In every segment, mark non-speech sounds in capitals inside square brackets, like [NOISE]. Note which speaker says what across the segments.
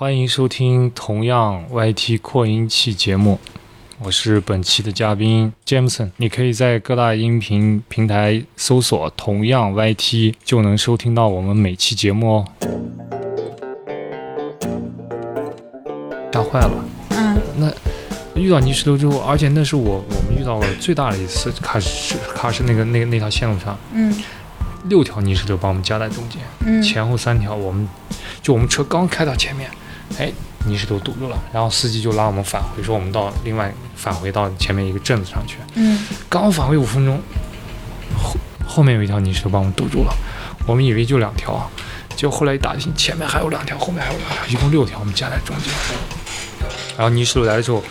Speaker 1: 欢迎收听同样 YT 扩音器节目，我是本期的嘉宾 Jameson。你可以在各大音频平台搜索“同样 YT”，就能收听到我们每期节目哦。吓坏了！
Speaker 2: 嗯，
Speaker 1: 那遇到泥石流之后，而且那是我我们遇到过最大的一次，卡是卡是那个那个那条线路上，
Speaker 2: 嗯
Speaker 1: 六条泥石流把我们夹在中间。
Speaker 2: 嗯，
Speaker 1: 前后三条，我们就我们车刚开到前面，哎，泥石流堵住了，然后司机就拉我们返回，说我们到另外返回到前面一个镇子上去。
Speaker 2: 嗯
Speaker 1: 刚返回五分钟，后后面有一条泥石流把我们堵住了，我们以为就两条，结果后来一打听，前面还有两条，后面还有两条，一共六条，我们夹在中间。然后泥石流来的时候，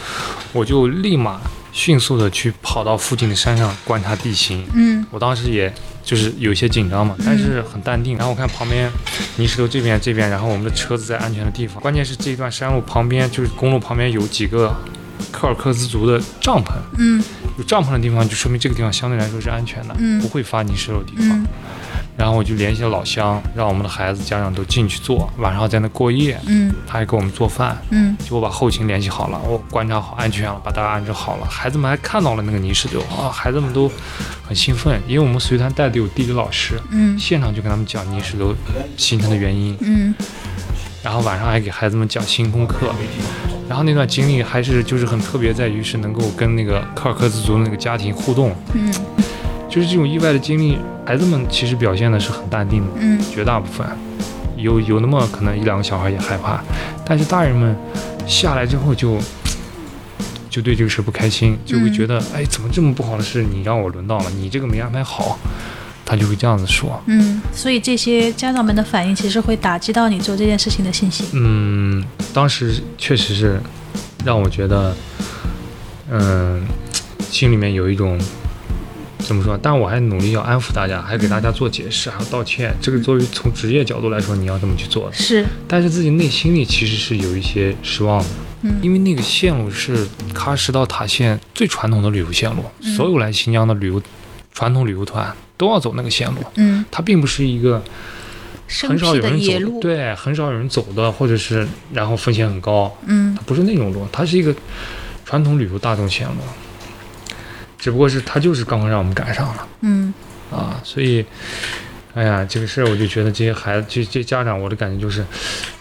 Speaker 1: 我就立马迅速的去跑到附近的山上观察地形，
Speaker 2: 嗯
Speaker 1: 我当时也就是有些紧张嘛，但是很淡定。然后我看旁边泥石流这边这边，然后我们的车子在安全的地方。关键是这一段山路旁边就是公路旁边有几个柯尔克孜族的帐篷，
Speaker 2: 嗯
Speaker 1: 有帐篷的地方就说明这个地方相对来说是安全的，
Speaker 2: 嗯
Speaker 1: 不会发泥石流的地方。
Speaker 2: 嗯
Speaker 1: 然后我就联系了老乡，让我们的孩子家长都进去坐，晚上在那过夜。
Speaker 2: 嗯
Speaker 1: 他还给我们做饭，
Speaker 2: 嗯
Speaker 1: 就我把后勤联系好了，我观察好安全了，把大家安置好了。孩子们还看到了那个泥石流啊，孩子们都很兴奋，因为我们随团带的有地理老师，
Speaker 2: 嗯
Speaker 1: 现场就跟他们讲泥石流形成的原因，
Speaker 2: 嗯
Speaker 1: 然后晚上还给孩子们讲星空课。然后那段经历还是就是很特别，在于是能够跟那个柯尔克孜族那个家庭互动，
Speaker 2: 嗯
Speaker 1: 就是这种意外的经历，孩子们其实表现的是很淡定的。
Speaker 2: 嗯
Speaker 1: 绝大部分，有有那么可能一两个小孩也害怕，但是大人们下来之后就就对这个事不开心，就会觉得、哎，怎么这么不好的事你让我轮到了，你这个没安排好，他就会这样子说。
Speaker 2: 嗯，所以这些家长们的反应其实会打击到你做这件事情的信心。
Speaker 1: 嗯，当时确实是让我觉得，嗯，心里面有一种。怎么说？但我还努力要安抚大家，还给大家做解释，还要道歉。这个作为从职业角度来说，你要这么去做的。
Speaker 2: 是，
Speaker 1: 但是自己内心里其实是有一些失望的，
Speaker 2: 嗯
Speaker 1: 因为那个线路是喀什到塔县最传统的旅游线路，
Speaker 2: 嗯
Speaker 1: 所有来新疆的旅游传统旅游团都要走那个线路，
Speaker 2: 嗯，
Speaker 1: 它并不是一个
Speaker 2: 生
Speaker 1: 很少
Speaker 2: 僻
Speaker 1: 有
Speaker 2: 的
Speaker 1: 人
Speaker 2: 野
Speaker 1: 走的，
Speaker 2: 路，
Speaker 1: 对，很少有人走的，或者是然后风险很高，
Speaker 2: 嗯
Speaker 1: 它不是那种路，它是一个传统旅游大众线路，只不过是它就是刚刚让我们赶上了。
Speaker 2: 嗯
Speaker 1: 啊，所以，哎呀，这个事儿我就觉得这些孩子，这这家长，我的感觉就是，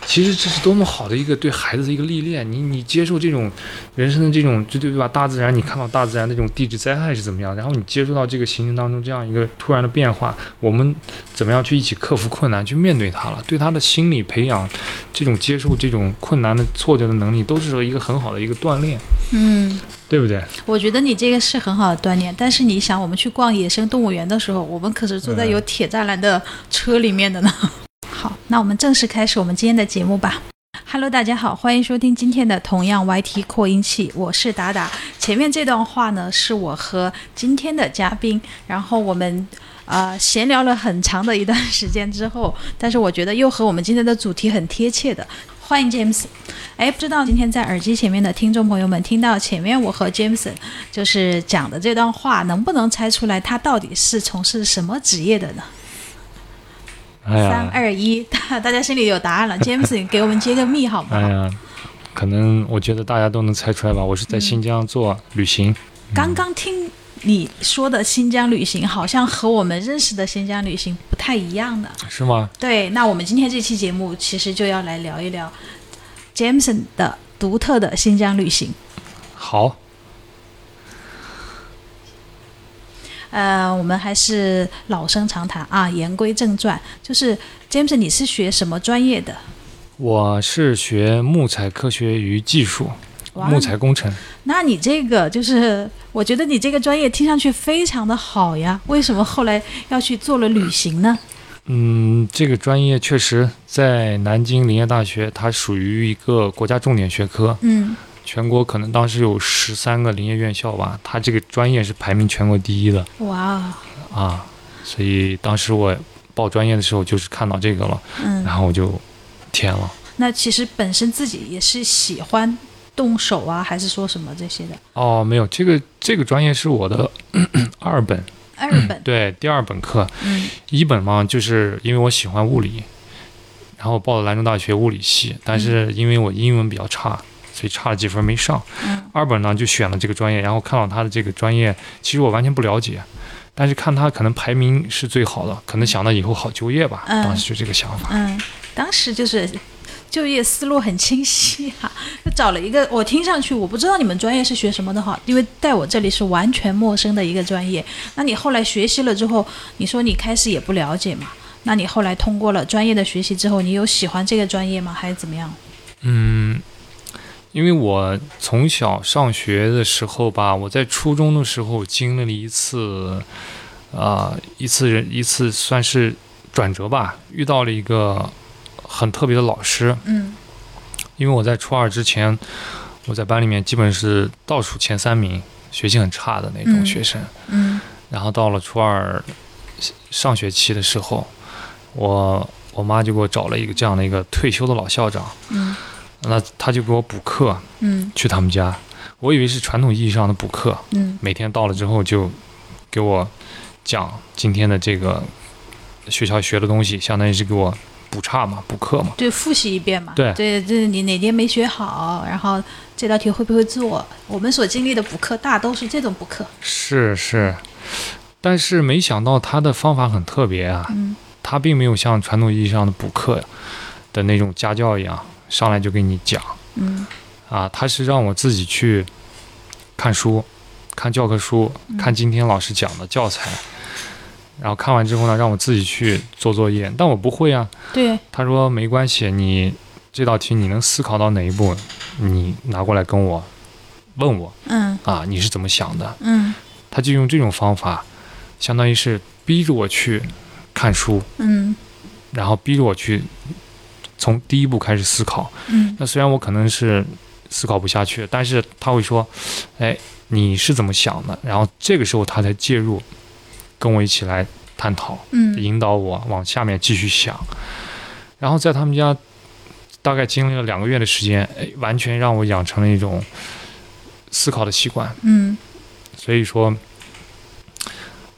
Speaker 1: 其实这是多么好的一个对孩子的一个历练。你你接受这种人生的这种，就对对吧？大自然，你看到大自然那种地质灾害是怎么样，然后你接触到这个行程当中这样一个突然的变化，我们怎么样去一起克服困难，去面对它了？对他的心理培养，这种接受这种困难的挫折的能力，都是一个很好的一个锻炼，
Speaker 2: 嗯，
Speaker 1: 对不对？
Speaker 2: 我觉得你这个是很好的锻炼。但是你想，我们去逛野生动物园的时候，我们可是坐在有铁栅栏的车里面的呢。 [LAUGHS] 好，那我们正式开始我们今天的节目吧。Hello，大家好，欢迎收听今天的同样 YT 扩音器，我是达达。前面这段话呢，是我和今天的嘉宾，然后我们呃闲聊了很长的一段时间之后，但是我觉得又和我们今天的主题很贴切的。欢迎 James，哎，不知道今天在耳机前面的听众朋友们听到前面我和 Jameson 就是讲的这段话，能不能猜出来他到底是从事什么职业的呢？
Speaker 1: 哎
Speaker 2: 三
Speaker 1: 呀，
Speaker 2: 二一， [LAUGHS] 大大家心里有答案了。Jameson，给我们揭个秘好吗？
Speaker 1: 哎呀。可能我觉得大家都能猜出来吧，我是在新疆做旅行，
Speaker 2: 刚刚听你说的新疆旅行，好像和我们认识的新疆旅行不太一样呢。
Speaker 1: 嗯是吗？
Speaker 2: 对，那我们今天这期节目其实就要来聊一聊 Jameson 的独特的新疆旅行。
Speaker 1: 好，
Speaker 2: 呃，我们还是老生常谈啊，言归正传，就是 Jameson，你是学什么专业的？
Speaker 1: 我是学木材科学与技术，
Speaker 2: 哇
Speaker 1: 木材工程。
Speaker 2: 那你这个就是，我觉得你这个专业听上去非常的好呀，为什么后来要去做了旅行呢？
Speaker 1: 嗯，这个专业确实在南京林业大学，它属于一个国家重点学科，
Speaker 2: 嗯
Speaker 1: 全国可能当时有十三个林业院校吧，它这个专业是排名全国第一的
Speaker 2: 哇，
Speaker 1: 啊。所以当时我报专业的时候，就是看到这个了，
Speaker 2: 嗯
Speaker 1: 然，后我就填了。
Speaker 2: 那其实本身自己也是喜欢动手啊，还是说什么这些的？
Speaker 1: 哦，没有，这个这个专业是我的 [CLEARS THROAT] 二本，
Speaker 2: 二本，
Speaker 1: 对，第二本课。
Speaker 2: 嗯
Speaker 1: 一本嘛，就是因为我喜欢物理，然后报了兰州大学物理系，但是因为我英文比较差，所以差了几分没上。
Speaker 2: 嗯
Speaker 1: 二本呢就选了这个专业，然后看到他的这个专业，其实我完全不了解，但是看他可能排名是最好的，可能想到以后好就业吧，
Speaker 2: 嗯
Speaker 1: 当时就这个想法。
Speaker 2: 嗯，当时就是就业思路很清晰哈、就找了一个我听上去我不知道你们专业是学什么的哈，因为在我这里是完全陌生的一个专业。那你后来学习了之后，你说你开始也不了解嘛？那你后来通过了专业的学习之后，你有喜欢这个专业吗？还是怎么样？
Speaker 1: 嗯，因为我从小上学的时候吧，我在初中的时候经历了一次，啊、一次人一次算是转折吧，遇到了一个很特别的老师，
Speaker 2: 嗯
Speaker 1: 因为我在初二之前，我在班里面基本是倒数前三名，学习很差的那种
Speaker 2: 嗯
Speaker 1: 学生。
Speaker 2: 嗯
Speaker 1: 然后到了初二上学期的时候，我我妈就给我找了一个这样的一个退休的老校长，
Speaker 2: 嗯
Speaker 1: 那他就给我补课，
Speaker 2: 嗯
Speaker 1: 去他们家。我以为是传统意义上的补课，
Speaker 2: 嗯
Speaker 1: 每天到了之后就给我讲今天的这个学校学的东西，相当于是给我补差嘛，补课嘛。
Speaker 2: 对，复习一遍嘛。
Speaker 1: 对
Speaker 2: 对，这你哪天没学好，然后这道题会不会做？我们所经历的补课大都是这种补课。
Speaker 1: 是是，但是没想到他的方法很特别啊，
Speaker 2: 嗯
Speaker 1: 他并没有像传统意义上的补课的那种家教一样，上来就给你讲
Speaker 2: 嗯
Speaker 1: 啊，他是让我自己去看书，看教科书，
Speaker 2: 嗯
Speaker 1: 看今天老师讲的教材，然后看完之后呢，让我自己去做作业，但我不会啊。
Speaker 2: 对，
Speaker 1: 他说没关系，你这道题你能思考到哪一步，你拿过来跟我问我
Speaker 2: 嗯
Speaker 1: 啊，你是怎么想的？
Speaker 2: 嗯
Speaker 1: 他就用这种方法，相当于是逼着我去看书，
Speaker 2: 嗯
Speaker 1: 然后逼着我去从第一步开始思考。
Speaker 2: 嗯
Speaker 1: 那虽然我可能是思考不下去，但是他会说：“哎，你是怎么想的？”然后这个时候他才介入，跟我一起来探讨，
Speaker 2: 嗯
Speaker 1: 引导我往下面继续想。然后在他们家大概经历了两个月的时间，哎，完全让我养成了一种思考的习惯。
Speaker 2: 嗯
Speaker 1: 所以说，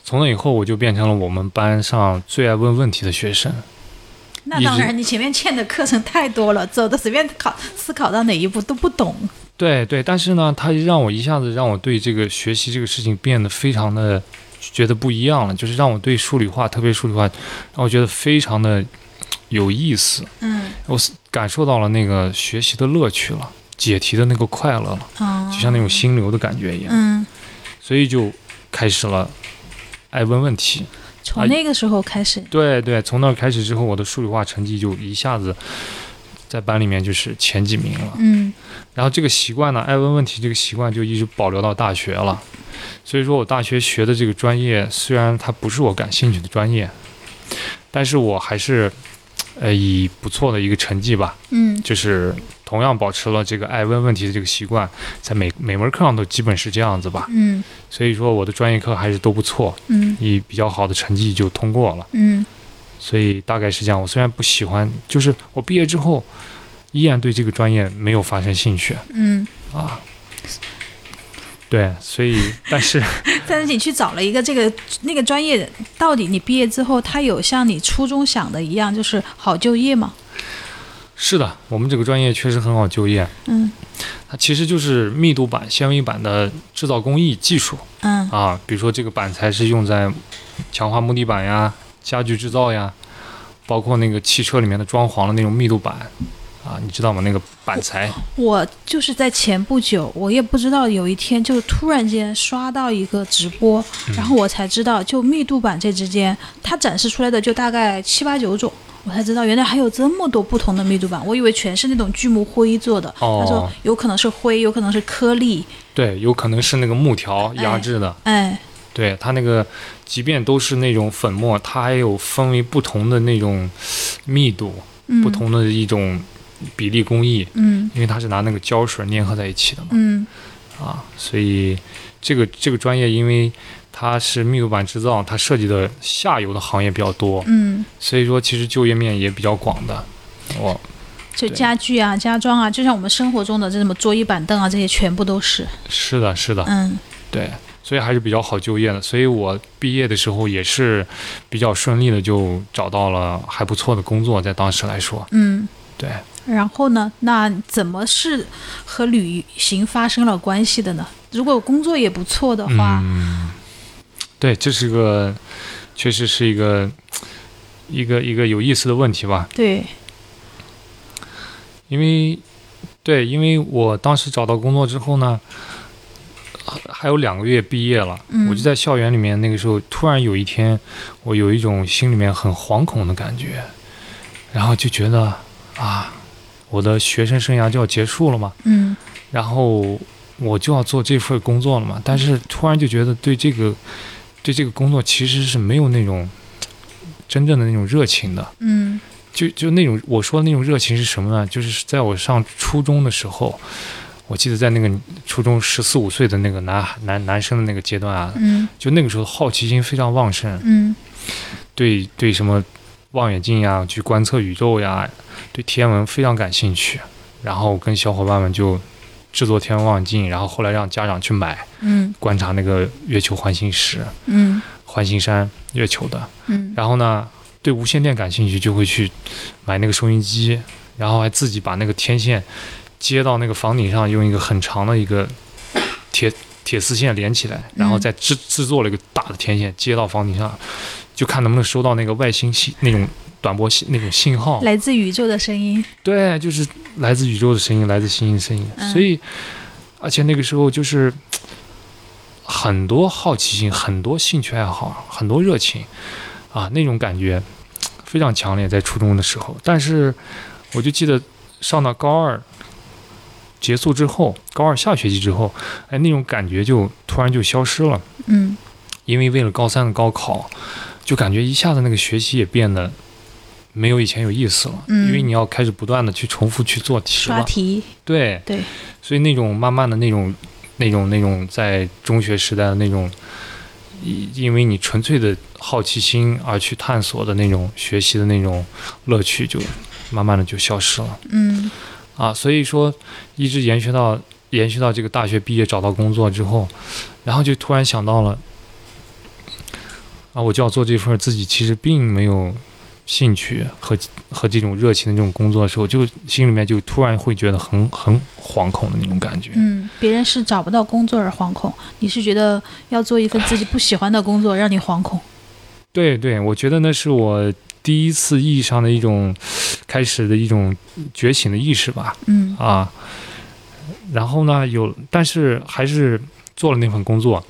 Speaker 1: 从那以后我就变成了我们班上最爱问问题的学生。
Speaker 2: 那当然，你前面欠的课程太多了，走的随便考思考到哪一步都不懂。
Speaker 1: 对对，但是呢，他让我一下子让我对这个学习这个事情变得非常的觉得不一样了，就是让我对数理化，特别数理化，让我觉得非常的有意思，
Speaker 2: 嗯
Speaker 1: 我是感受到了那个学习的乐趣了，解题的那个快乐了，
Speaker 2: 嗯
Speaker 1: 就像那种心流的感觉一样，
Speaker 2: 嗯，
Speaker 1: 所以就开始了爱问问题。
Speaker 2: 从那个时候开始，
Speaker 1: 对对，从那儿开始之后，我的数理化成绩就一下子在班里面就是前几名了。
Speaker 2: 嗯
Speaker 1: 然后这个习惯呢，爱问问题这个习惯就一直保留到大学了。所以说我大学学的这个专业，虽然它不是我感兴趣的专业，但是我还是，呃，以不错的一个成绩吧，
Speaker 2: 嗯
Speaker 1: 就是同样保持了这个爱问问题的这个习惯，在每每门课上都基本是这样子吧。
Speaker 2: 嗯
Speaker 1: 所以说我的专业课还是都不错，
Speaker 2: 嗯
Speaker 1: 以比较好的成绩就通过了。
Speaker 2: 嗯
Speaker 1: 所以大概是这样。我虽然不喜欢，就是我毕业之后依然对这个专业没有发生兴趣
Speaker 2: 嗯，
Speaker 1: 啊。对，所以但是 [LAUGHS]
Speaker 2: 但是你去找了一个这个那个专业，到底你毕业之后，他有像你初中想的一样，就是好就业吗？
Speaker 1: 是的，我们这个专业确实很好就业，
Speaker 2: 嗯
Speaker 1: 它其实就是密度板、纤维板的制造工艺技术
Speaker 2: 嗯
Speaker 1: 啊，比如说这个板材是用在强化木地板呀、家具制造呀，包括那个汽车里面的装潢的那种密度板啊，你知道吗？那个板材，
Speaker 2: 我就是在前不久，我也不知道有一天就突然间刷到一个直播，然后我才知道，就密度板这之间，它展示出来的就大概七八九种，我才知道原来还有这么多不同的密度板，我以为全是那种锯木灰做的。他说
Speaker 1: 哦，
Speaker 2: 有可能是灰，有可能是颗粒，
Speaker 1: 对，有可能是那个木条压制的。
Speaker 2: 哎，
Speaker 1: 对它那个，即便都是那种粉末，它还有分为不同的那种密度，
Speaker 2: 嗯，
Speaker 1: 不，同的一种比例工艺，
Speaker 2: 嗯
Speaker 1: 因为它是拿那个胶水粘合在一起的嘛，
Speaker 2: 嗯
Speaker 1: 啊，所以这个这个专业，因为它是密度板制造，它涉及的下游的行业比较多，
Speaker 2: 嗯，
Speaker 1: 所以说其实就业面也比较广的。我、
Speaker 2: 就
Speaker 1: 对
Speaker 2: 家具啊、家装啊，就像我们生活中的这什么桌椅板凳啊，这些全部都是，
Speaker 1: 是的，是的，
Speaker 2: 嗯
Speaker 1: 对，所以还是比较好就业的。所以我毕业的时候也是比较顺利的就找到了还不错的工作，在当时来说，
Speaker 2: 嗯，
Speaker 1: 对。
Speaker 2: 然后呢？那怎么是和旅行发生了关系的呢？如果工作也不错的话，
Speaker 1: 嗯，对，这是个，确实是一个，一个一个有意思的问题吧。
Speaker 2: 对，
Speaker 1: 因为，对，因为我当时找到工作之后呢，还有两个月毕业了，
Speaker 2: 嗯
Speaker 1: 我就在校园里面。那个时候，突然有一天，我有一种心里面很惶恐的感觉，然后就觉得啊，我的学生生涯就要结束了嘛。
Speaker 2: 嗯
Speaker 1: 然后我就要做这份工作了嘛。但是突然就觉得对这个对这个工作其实是没有那种真正的那种热情的。
Speaker 2: 嗯
Speaker 1: 就就那种我说的那种热情是什么呢？就是在我上初中的时候，我记得在那个初中十四五岁的那个男孩男男生的那个阶段啊，
Speaker 2: 嗯
Speaker 1: 就那个时候好奇心非常旺盛，
Speaker 2: 嗯
Speaker 1: 对对什么望远镜呀，去观测宇宙呀，对天文非常感兴趣，然后跟小伙伴们就制作天文望远镜，然后后来让家长去买，
Speaker 2: 嗯
Speaker 1: 观察那个月球环形石、
Speaker 2: 嗯
Speaker 1: 环形山、月球的。
Speaker 2: 嗯
Speaker 1: 然后呢，对无线电感兴趣，就会去买那个收音机，然后还自己把那个天线接到那个房顶上，用一个很长的一个铁铁丝线连起来，然后再制制作了一个大的天线接到房顶上，就看能不能收到那个外星信那种短波信那种信号。
Speaker 2: 来自宇宙的声音，
Speaker 1: 对，就是来自宇宙的声音，来自星星的声音。
Speaker 2: 嗯
Speaker 1: 所以，而且那个时候就是很多好奇心、很多兴趣爱好、很多热情啊，那种感觉非常强烈，在初中的时候。但是，我就记得上到高二结束之后，高二下学期之后，哎，那种感觉就突然就消失了。
Speaker 2: 嗯
Speaker 1: 因为为了高三的高考，就感觉一下子那个学习也变得没有以前有意思了，
Speaker 2: 嗯
Speaker 1: 因为你要开始不断的去重复去做题
Speaker 2: 刷
Speaker 1: 了，
Speaker 2: 题，
Speaker 1: 对，
Speaker 2: 对，
Speaker 1: 所以那种慢慢的那种那种那种在中学时代的那种，因因为你纯粹的好奇心而去探索的那种学习的那种乐趣就慢慢的就消失了。
Speaker 2: 嗯
Speaker 1: 啊，所以说一直延续到延续到这个大学毕业找到工作之后，然后就突然想到了，啊，我就要做这份自己其实并没有兴趣和和这种热情的这种工作的时候，就心里面就突然会觉得很很惶恐的那种感觉。
Speaker 2: 嗯，别人是找不到工作而惶恐，你是觉得要做一份自己不喜欢的工作让你惶恐，
Speaker 1: 对对，我觉得那是我第一次意义上的一种开始的一种觉醒的意识吧。
Speaker 2: 嗯
Speaker 1: 啊，然后呢，有，但是还是做了那份工作，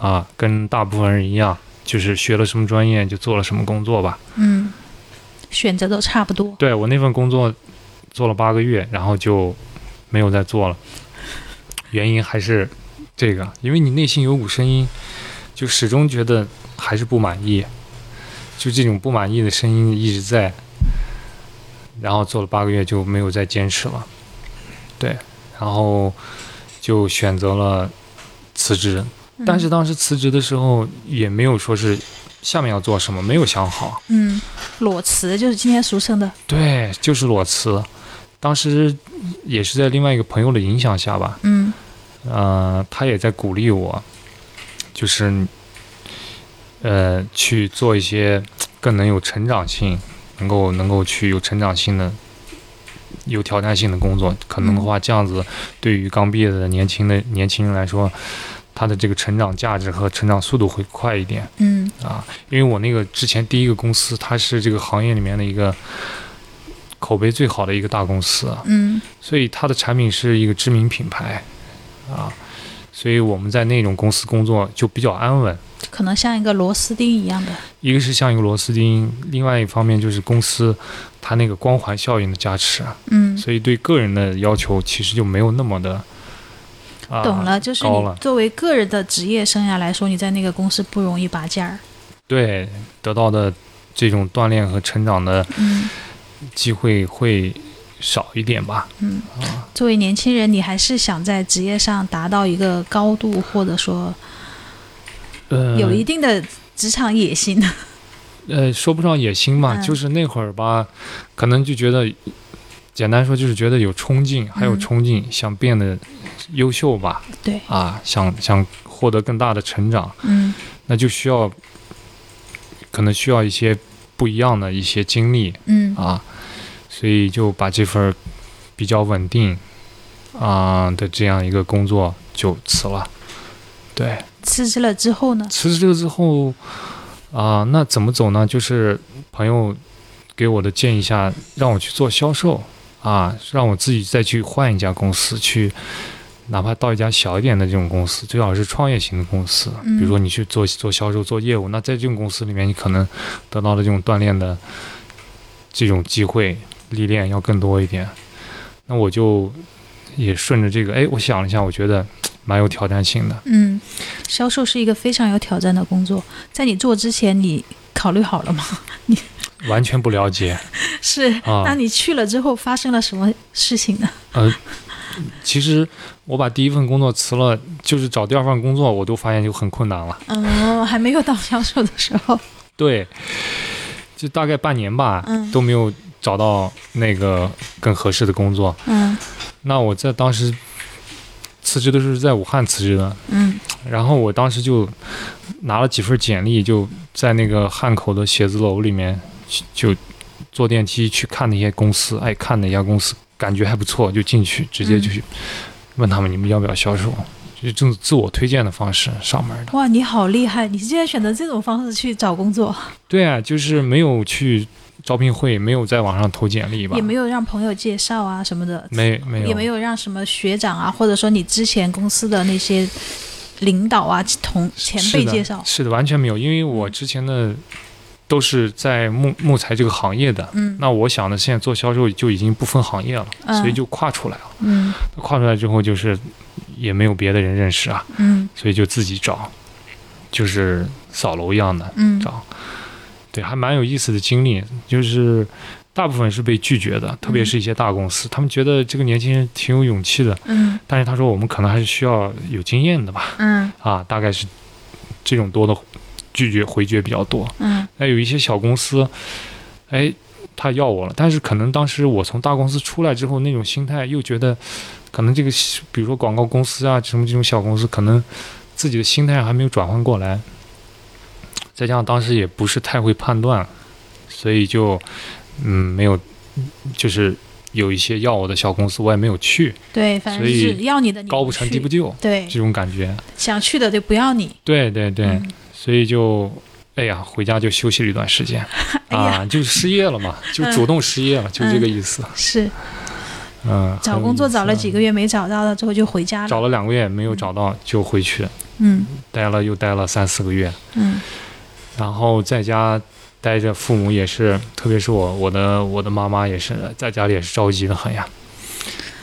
Speaker 1: 啊，跟大部分人一样，就是学了什么专业就做了什么工作吧。
Speaker 2: 嗯，选择都差不多，
Speaker 1: 对我那份工作做了八个月，然后就没有再做了，原因还是这个，因为你内心有股声音，就始终觉得还是不满意，就这种不满意的声音一直在，然后做了八个月就没有再坚持了，对，然后就选择了辞职，
Speaker 2: 嗯
Speaker 1: 但是当时辞职的时候也没有说是下面要做什么，没有想好，
Speaker 2: 嗯，裸辞就是今天俗称的，
Speaker 1: 对，就是裸辞。当时也是在另外一个朋友的影响下吧，
Speaker 2: 嗯
Speaker 1: 呃，他也在鼓励我，就是呃去做一些更能有成长性，能够能够去有成长性的、有挑战性的工作。可能的话，这样子对于刚毕业的年轻的年轻人来说，他的这个成长价值和成长速度会快一点。
Speaker 2: 嗯
Speaker 1: 啊，因为我那个之前第一个公司，它是这个行业里面的一个口碑最好的一个大公司啊，
Speaker 2: 嗯
Speaker 1: 所以它的产品是一个知名品牌啊，所以我们在那种公司工作就比较安稳。
Speaker 2: 可能像一个螺丝钉一样的，
Speaker 1: 一个是像一个螺丝钉，另外一方面就是公司它那个光环效应的加持啊，
Speaker 2: 嗯，
Speaker 1: 所以对个人的要求其实就没有那么的。啊、
Speaker 2: 懂了，就是
Speaker 1: 高
Speaker 2: 你
Speaker 1: 了
Speaker 2: 作为个人的职业生涯来说，你在那个公司不容易拔尖儿，
Speaker 1: 对得到的这种锻炼和成长的
Speaker 2: 嗯
Speaker 1: 机会会少一点吧。
Speaker 2: 嗯，作为年轻人，你还是想在职业上达到一个高度，或者说
Speaker 1: 呃，
Speaker 2: 有一定的职场野心的，
Speaker 1: 呃，说不上野心吧，
Speaker 2: 嗯
Speaker 1: 就是那会儿吧，可能就觉得简单说就是觉得有冲劲，还有
Speaker 2: 嗯
Speaker 1: 冲劲，想变得优秀吧，
Speaker 2: [LAUGHS] 对，
Speaker 1: 啊，想想获得更大的成长，
Speaker 2: 嗯
Speaker 1: 那就需要可能需要一些不一样的一些经历
Speaker 2: 嗯
Speaker 1: 啊，所以就把这份儿比较稳定啊、的这样一个工作就辞了。对，
Speaker 2: 辞职了之后呢？
Speaker 1: 辞职了之后啊、那怎么走呢？就是朋友给我的建议下，让我去做销售啊，让我自己再去换一家公司去。哪怕到一家小一点的这种公司，最好是创业型的公司，
Speaker 2: 嗯
Speaker 1: 比如说你去做做销售、做业务，那在这种公司里面，你可能得到的这种锻炼的这种机会、历练要更多一点。那我就也顺着这个，哎，我想了一下，我觉得蛮有挑战性的。
Speaker 2: 嗯，销售是一个非常有挑战的工作，在你做之前，你考虑好了 [LAUGHS] 吗？
Speaker 1: 完全不了解，
Speaker 2: 是，
Speaker 1: 啊
Speaker 2: 那你去了之后发生了什么事情呢？
Speaker 1: 其实我把第一份工作辞了，就是找第二份工作，我都发现就很困难了。
Speaker 2: 嗯，还没有到销售的时候，
Speaker 1: 对，就大概半年吧，
Speaker 2: 嗯
Speaker 1: 都没有找到那个更合适的工作。
Speaker 2: 嗯
Speaker 1: 那我在当时辞职的时候是在武汉辞职的，
Speaker 2: 嗯
Speaker 1: 然后我当时就拿了几份简历，就在那个汉口的写字楼里面去就坐电梯去看那些公司，哎，看哪家公司感觉还不错，就进去直
Speaker 2: 嗯
Speaker 1: 接就去问他们你们要不要销售，就这种自我推荐的方式上门的。
Speaker 2: 哇，你好厉害！你竟然选择这种方式去找工作，
Speaker 1: 对啊，就是没有去招聘会，没有在网上投简历吧
Speaker 2: 也？没有让朋友介绍啊什么的，
Speaker 1: 没没有
Speaker 2: 也没有让什么学长啊，或者说你之前公司的那些领导啊、同前辈介绍
Speaker 1: 是
Speaker 2: 嗯
Speaker 1: 的，。是的，完全没有，因为我之前的都是在木木材这个行业的。
Speaker 2: 嗯
Speaker 1: 那我想呢，现在做销售就已经不分行业了，
Speaker 2: 嗯
Speaker 1: 所以就跨出来了。
Speaker 2: 嗯
Speaker 1: 跨出来之后，就是也没有别的人认识啊，
Speaker 2: 嗯
Speaker 1: 所以就自己找，就是扫楼一样的
Speaker 2: 嗯
Speaker 1: 找。对，还蛮有意思的经历，就是大部分是被拒绝的，特别是一些大公司，他们觉得这个年轻人挺有勇气的，
Speaker 2: 嗯
Speaker 1: 但是他说我们可能还是需要有经验的吧。
Speaker 2: 嗯
Speaker 1: 啊，大概是这种多的拒绝回绝比较多。
Speaker 2: 嗯
Speaker 1: 那哎有一些小公司，哎，他要我了，但是可能当时我从大公司出来之后，那种心态又觉得，可能这个比如说广告公司啊，什么这种小公司，可能自己的心态还没有转换过来，再加上当时也不是太会判断，所以就嗯没有，就是有一些要我的小公司我也没有去，
Speaker 2: 对，反正
Speaker 1: 所以
Speaker 2: 是要你的你
Speaker 1: 高不成低不
Speaker 2: 去
Speaker 1: 就
Speaker 2: 对，
Speaker 1: 这种感觉。
Speaker 2: 想去的就不要你。
Speaker 1: 对对对。
Speaker 2: 嗯
Speaker 1: 所以就，哎呀，回家就休息了一段时间，
Speaker 2: [LAUGHS] 哎呀
Speaker 1: 啊，就失业了
Speaker 2: [LAUGHS]
Speaker 1: 嘛，就主动失业了，就这个意思。
Speaker 2: 是
Speaker 1: 嗯，
Speaker 2: 找工作找了几
Speaker 1: 个，
Speaker 2: 个月没找到了之后就回家
Speaker 1: 找了
Speaker 2: 了。
Speaker 1: 两个月没有找到，就回去
Speaker 2: 嗯
Speaker 1: 待了又待了三四个月，
Speaker 2: 嗯
Speaker 1: 然后在家待着，父母也是，特别是我，我的我的妈妈也是在家里也是着急的很呀，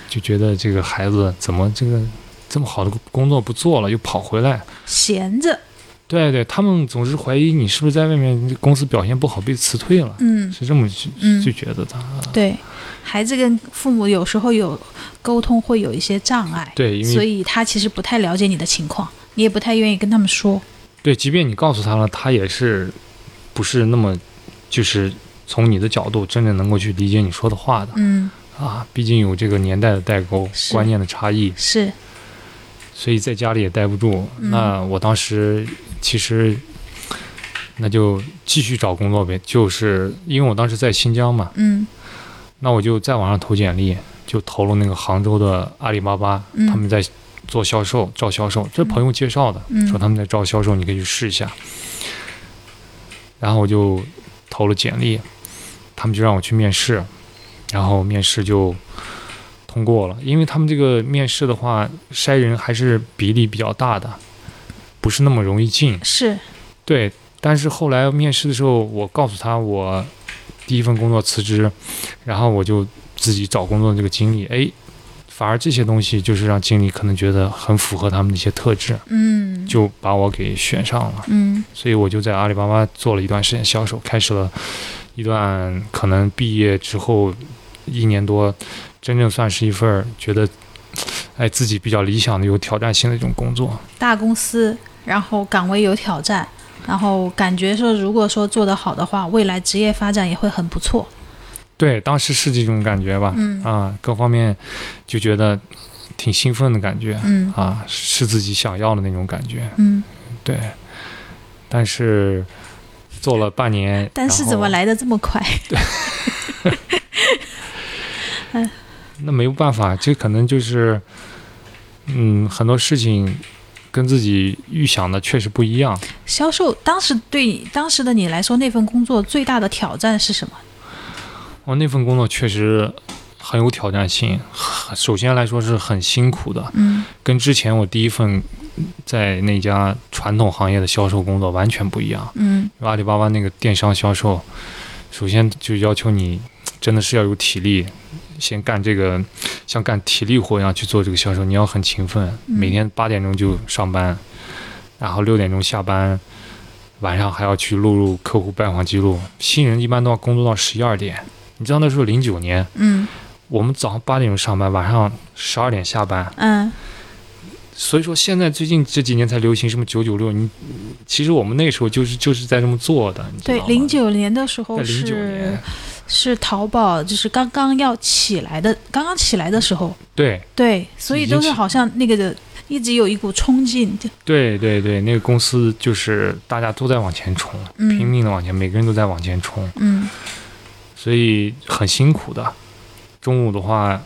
Speaker 1: 就觉得这个孩子怎么这个这么好的工作不做了，又跑回来。
Speaker 2: 闲着。
Speaker 1: 对对，他们总是怀疑你是不是在外面公司表现不好被辞退了，
Speaker 2: 嗯，
Speaker 1: 是这么去
Speaker 2: 嗯
Speaker 1: 去觉得的。啊
Speaker 2: 对，孩子跟父母有时候有沟通会有一些障碍，
Speaker 1: 对，因
Speaker 2: 所
Speaker 1: 为
Speaker 2: 以他其实不太了解你的情况，你也不太愿意跟他们说。
Speaker 1: 对，即便你告诉他了，他也是不是那么就是从你的角度真正能够去理解你说的话的
Speaker 2: 嗯，
Speaker 1: 啊？毕竟有这个年代的代沟、
Speaker 2: 是
Speaker 1: 观念的差异，
Speaker 2: 是，
Speaker 1: 所以在家里也待不住。
Speaker 2: 嗯
Speaker 1: 那我当时其实那就继续找工作呗，就是因为我当时在新疆嘛，
Speaker 2: 嗯
Speaker 1: 那我就在网上投简历，就投了那个杭州的阿里巴巴，
Speaker 2: 嗯
Speaker 1: 他们在做销售，招销售，这是朋友介绍的。说
Speaker 2: 嗯
Speaker 1: 他们在招销售，你可以去试一下。然后我就投了简历，他们就让我去面试，然后面试就通过了。因为他们这个面试的话，筛人还是比例比较大的，不是那么容易进。
Speaker 2: 是，
Speaker 1: 对，但是后来面试的时候，我告诉他我第一份工作辞职，然后我就自己找工作的这个经历，哎，反而这些东西就是让经理可能觉得很符合他们的一些特质。
Speaker 2: 嗯
Speaker 1: 就把我给选上了，
Speaker 2: 嗯
Speaker 1: 所以我就在阿里巴巴做了一段时间销售，开始了一段可能毕业之后一年多，真正算是一份儿觉得，哎，自己比较理想的、有挑战性的一种工作。
Speaker 2: 大公司，然后岗位有挑战。然后感觉说，如果说做得好的话，未来职业发展也会很不错。
Speaker 1: 对，当时是这种感觉吧，
Speaker 2: 嗯
Speaker 1: 啊，各方面就觉得挺兴奋的感觉，
Speaker 2: 嗯
Speaker 1: 啊，是自己想要的那种感觉，
Speaker 2: 嗯，
Speaker 1: 对。但是做了半年，
Speaker 2: 但是
Speaker 1: 然后
Speaker 2: 怎么来的这么快？ [LAUGHS]
Speaker 1: 那没有办法，这可能就是，嗯，很多事情跟自己预想的确实不一样。
Speaker 2: 销售当时对你当时的你来说，那份工作最大的挑战是什么？
Speaker 1: 我那份工作确实很有挑战性，很首先来说是很辛苦的，
Speaker 2: 嗯
Speaker 1: 跟之前我第一份在那家传统行业的销售工作完全不一样。
Speaker 2: 嗯
Speaker 1: 阿里巴巴那个电商销售，首先就要求你真的是要有体力，先干这个像干体力活一样去做这个销售，你要很勤奋，
Speaker 2: 嗯
Speaker 1: 每天八点钟就上班，然后六点钟下班，晚上还要去录入客户拜访记录。新人一般都要工作到十一二点，你知道那时候零九年，
Speaker 2: 嗯
Speaker 1: 我们早上八点钟上班，晚上十二点下班，
Speaker 2: 嗯
Speaker 1: 所以说现在最近这几年才流行什么九九六，你其实我们那时候就是就是在这么做的，你知道
Speaker 2: 对，
Speaker 1: 吗
Speaker 2: 零九年的时候
Speaker 1: 在零九年
Speaker 2: 哦是，是淘宝就是刚刚要起来的，刚刚起来的时候，
Speaker 1: 对
Speaker 2: 对，所以
Speaker 1: 已经
Speaker 2: 都是
Speaker 1: 起
Speaker 2: 好像那个的一直有一股冲劲，就
Speaker 1: 对对对，那个公司就是大家都在往前冲，拼
Speaker 2: 嗯
Speaker 1: 命的往前，每个人都在往前冲，
Speaker 2: 嗯
Speaker 1: 所以很辛苦的。中午的话，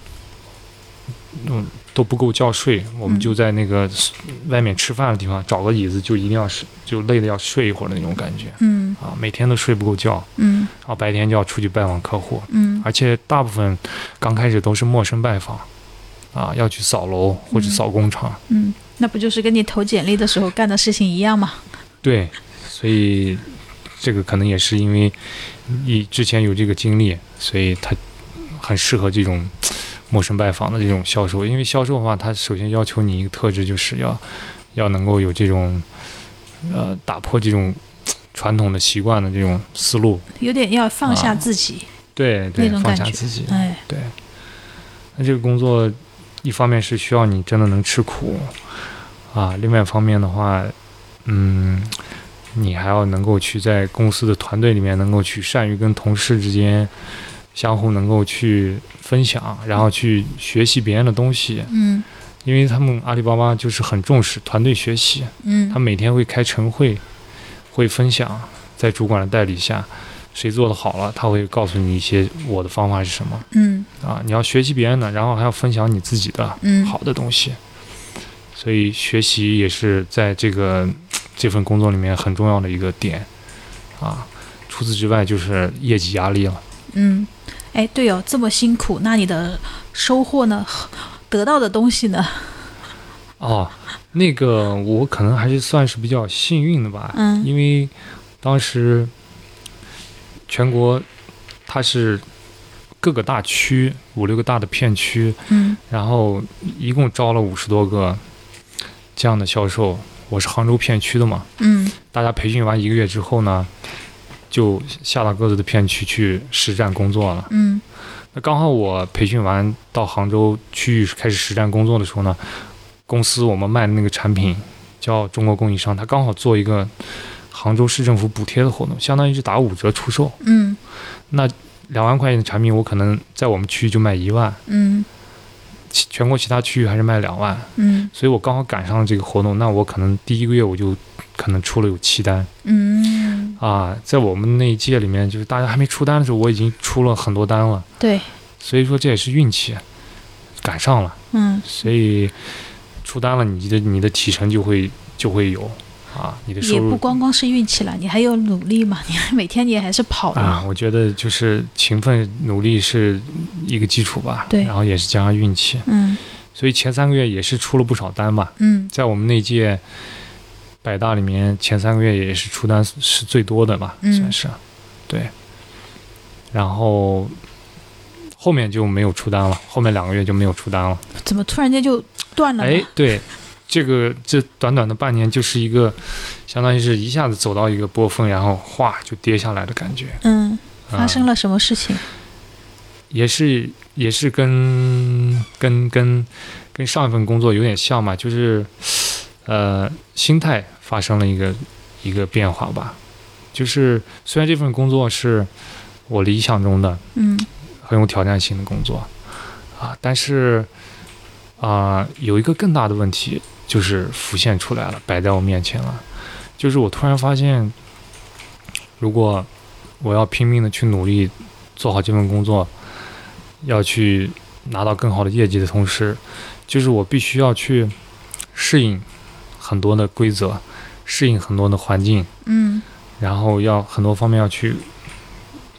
Speaker 1: 嗯，都不够觉睡，我们
Speaker 2: 嗯
Speaker 1: 就在那个外面吃饭的地方找个椅子，就一定要睡，就累的要睡一会儿的那种感觉
Speaker 2: 嗯
Speaker 1: 啊，每天都睡不够觉，
Speaker 2: 嗯
Speaker 1: 然后白天就要出去拜访客户，
Speaker 2: 嗯
Speaker 1: 而且大部分刚开始都是陌生拜访，啊，要去扫楼或者
Speaker 2: 嗯
Speaker 1: 扫工厂，
Speaker 2: 嗯，那不就是跟你投简历的时候干的事情一样吗？
Speaker 1: 对，所以这个可能也是因为你之前有这个经历，所以他很适合这种陌生拜访的这种销售。因为销售的话，他首先要求你一个特质，就是要要能够有这种呃打破这种传统的习惯的这种思路，
Speaker 2: 有点要放下
Speaker 1: 啊
Speaker 2: 自己，
Speaker 1: 对对
Speaker 2: 那，种
Speaker 1: 放
Speaker 2: 感
Speaker 1: 下
Speaker 2: 觉
Speaker 1: 自己。
Speaker 2: 哎，
Speaker 1: 对，那这个工作一方面是需要你真的能吃苦啊，另外一方面的话，嗯，你还要能够去在公司的团队里面能够去善于跟同事之间相互能够去分享，然后去学习别人的东西，
Speaker 2: 嗯
Speaker 1: 因为他们阿里巴巴就是很重视团队学习，
Speaker 2: 嗯
Speaker 1: 他每天会开晨会，会分享，在主管的带领下。谁做的好了，他会告诉你一些我的方法是什么。
Speaker 2: 嗯
Speaker 1: 啊，你要学习别人的，然后还要分享你自己的
Speaker 2: 嗯，
Speaker 1: 好的东西。所以学习也是在这个这份工作里面很重要的一个点啊。除此之外就是业绩压力了。
Speaker 2: 嗯，哎，对哦，这么辛苦，那你的收获呢？得到的东西呢？
Speaker 1: 哦，那个我可能还是算是比较幸运的吧，
Speaker 2: 嗯
Speaker 1: 因为当时全国它是各个大区五六个大的片区，
Speaker 2: 嗯
Speaker 1: 然后一共招了五十多个这样的销售。我是杭州片区的嘛，
Speaker 2: 嗯
Speaker 1: 大家培训完一个月之后呢，就下到各自的片区去实战工作了。
Speaker 2: 嗯
Speaker 1: 那刚好我培训完到杭州区域开始实战工作的时候呢，公司我们卖的那个产品叫中国供应商，它刚好做一个杭州市政府补贴的活动，相当于是打五折出售。
Speaker 2: 嗯
Speaker 1: 两万块钱的产品，我可能在我们区域就卖一万，
Speaker 2: 嗯
Speaker 1: 其全国其他区域还是卖两万，
Speaker 2: 嗯
Speaker 1: 所以我刚好赶上了这个活动，那我可能第一个月我就可能出了有七单。
Speaker 2: 嗯，
Speaker 1: 啊，在我们那一届里面，就是大家还没出单的时候，我已经出了很多单了，
Speaker 2: 对，
Speaker 1: 所以说这也是运气，赶上了，
Speaker 2: 嗯
Speaker 1: 所以出单了，你的你的提成就会就会有啊，你的收
Speaker 2: 也不
Speaker 1: 入
Speaker 2: 光光是运气了，你还有努力嘛，你还每天你还是跑的
Speaker 1: 啊，
Speaker 2: 嘛，
Speaker 1: 我觉得就是勤奋努力是一个基础吧，
Speaker 2: 对
Speaker 1: 然后也是加上运气，
Speaker 2: 嗯
Speaker 1: 所以前三个月也是出了不少单吧，
Speaker 2: 嗯
Speaker 1: 在我们那届百大里面，前三个月也是出单是最多的吧，
Speaker 2: 嗯
Speaker 1: 算是，啊对。然后后面就没有出单了，后面两个月就没有出单了。
Speaker 2: 怎么突然间就断了呢？
Speaker 1: 哎，对，这个这短短的半年就是一个，相当于是一下子走到一个波峰，然后哗就跌下来的感觉。
Speaker 2: 嗯，
Speaker 1: 啊
Speaker 2: 发生了什么事情？
Speaker 1: 也是也是跟跟跟跟上一份工作有点像嘛，就是呃心态发生了一个一个变化吧。就是虽然这份工作是我理想中的，
Speaker 2: 嗯
Speaker 1: 很有挑战性的工作啊。但是啊、有一个更大的问题就是浮现出来了，摆在我面前了，就是我突然发现，如果我要拼命的去努力做好这份工作，要去拿到更好的业绩的同时，就是我必须要去适应很多的规则，适应很多的环境，
Speaker 2: 嗯
Speaker 1: 然后要很多方面要去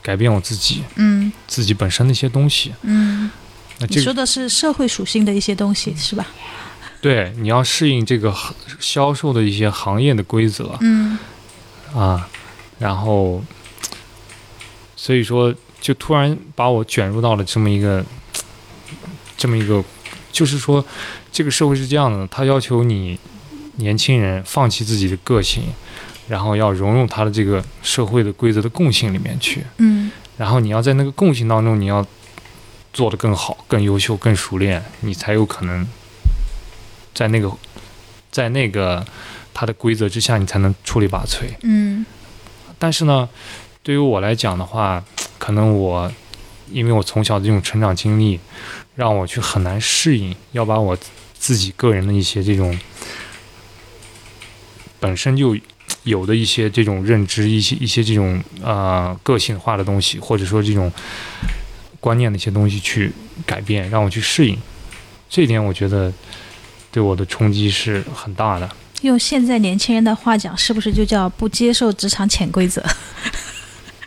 Speaker 1: 改变我自己
Speaker 2: 嗯
Speaker 1: 自己本身的一些东西。
Speaker 2: 嗯，
Speaker 1: 那
Speaker 2: 你
Speaker 1: 这
Speaker 2: 说
Speaker 1: 个啊
Speaker 2: 的是社会属性的一些东西是吧？
Speaker 1: 对你要适应这个行销售的一些行业的规则
Speaker 2: 嗯
Speaker 1: 啊，然后所以说就突然把我卷入到了这么一个这么一个，就是说这个社会是这样的，他要求你年轻人放弃自己的个性，然后要融入他的这个社会的规则的共性里面去。
Speaker 2: 嗯
Speaker 1: 然后你要在那个共性当中，你要做得更好、更优秀、更熟练，你才有可能在那个在那个它的规则之下，你才能出类拔萃。
Speaker 2: 嗯
Speaker 1: 但是呢，对于我来讲的话，可能我因为我从小这种成长经历，让我去很难适应，要把我自己个人的一些这种本身就有的一些这种认知，一些一些这种呃个性化的东西，或者说这种观念的一些东西去改变，让我去适应。这一点我觉得对我的冲击是很大的。
Speaker 2: 用现在年轻人的话讲，是不是就叫不接受职场潜规则？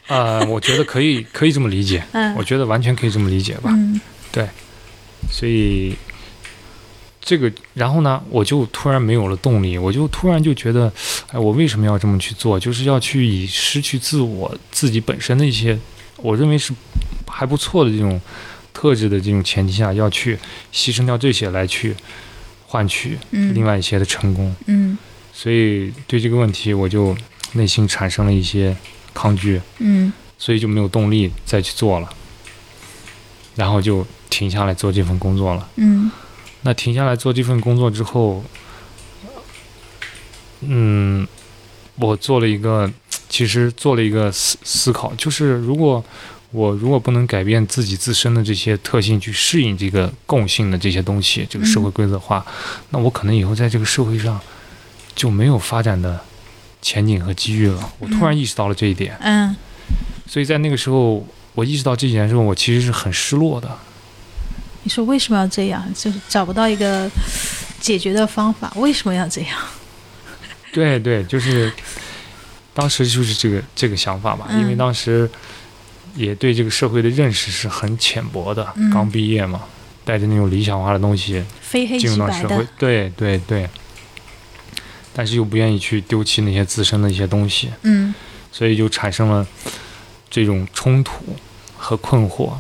Speaker 1: 呃，我觉得可以可以这么理解，
Speaker 2: 嗯
Speaker 1: 我觉得完全可以这么理解吧。
Speaker 2: 嗯
Speaker 1: 所以这个，然后呢，我就突然没有了动力，我就突然就觉得，哎，我为什么要这么去做？就是要去以失去自我自己本身的一些，我认为是还不错的这种特质的这种前提下，要去牺牲掉这些来去换取
Speaker 2: 嗯，
Speaker 1: 另外一些的成功。
Speaker 2: 嗯
Speaker 1: 所以对这个问题，我就内心产生了一些抗拒，
Speaker 2: 嗯
Speaker 1: 所以就没有动力再去做了，然后就停下来做这份工作了。
Speaker 2: 嗯
Speaker 1: 那停下来做这份工作之后，嗯，我做了一个，其实做了一个思思考，就是如果我如果不能改变自己自身的这些特性，去适应这个共性的这些东西，这个社会规则化，那我可能以后在这个社会上就没有发展的前景和机遇了。我突然意识到了这一点，
Speaker 2: 嗯
Speaker 1: 所以在那个时候，我意识到这一点之后，我其实是很失落的。
Speaker 2: 你说为什么要这样？就是找不到一个解决的方法，为什么要这样？
Speaker 1: 对对，就是当时就是这个这个想法吧，因为
Speaker 2: 嗯
Speaker 1: 当时也对这个社会的认识是很浅薄的，
Speaker 2: 嗯
Speaker 1: 刚毕业嘛，带着那种理想化的东西
Speaker 2: 非黑
Speaker 1: 进入
Speaker 2: 即
Speaker 1: 到
Speaker 2: 白
Speaker 1: 社会
Speaker 2: 的，，
Speaker 1: 对对对，但是又不愿意去丢弃那些自身的一些东西，
Speaker 2: 嗯
Speaker 1: 所以就产生了这种冲突和困惑。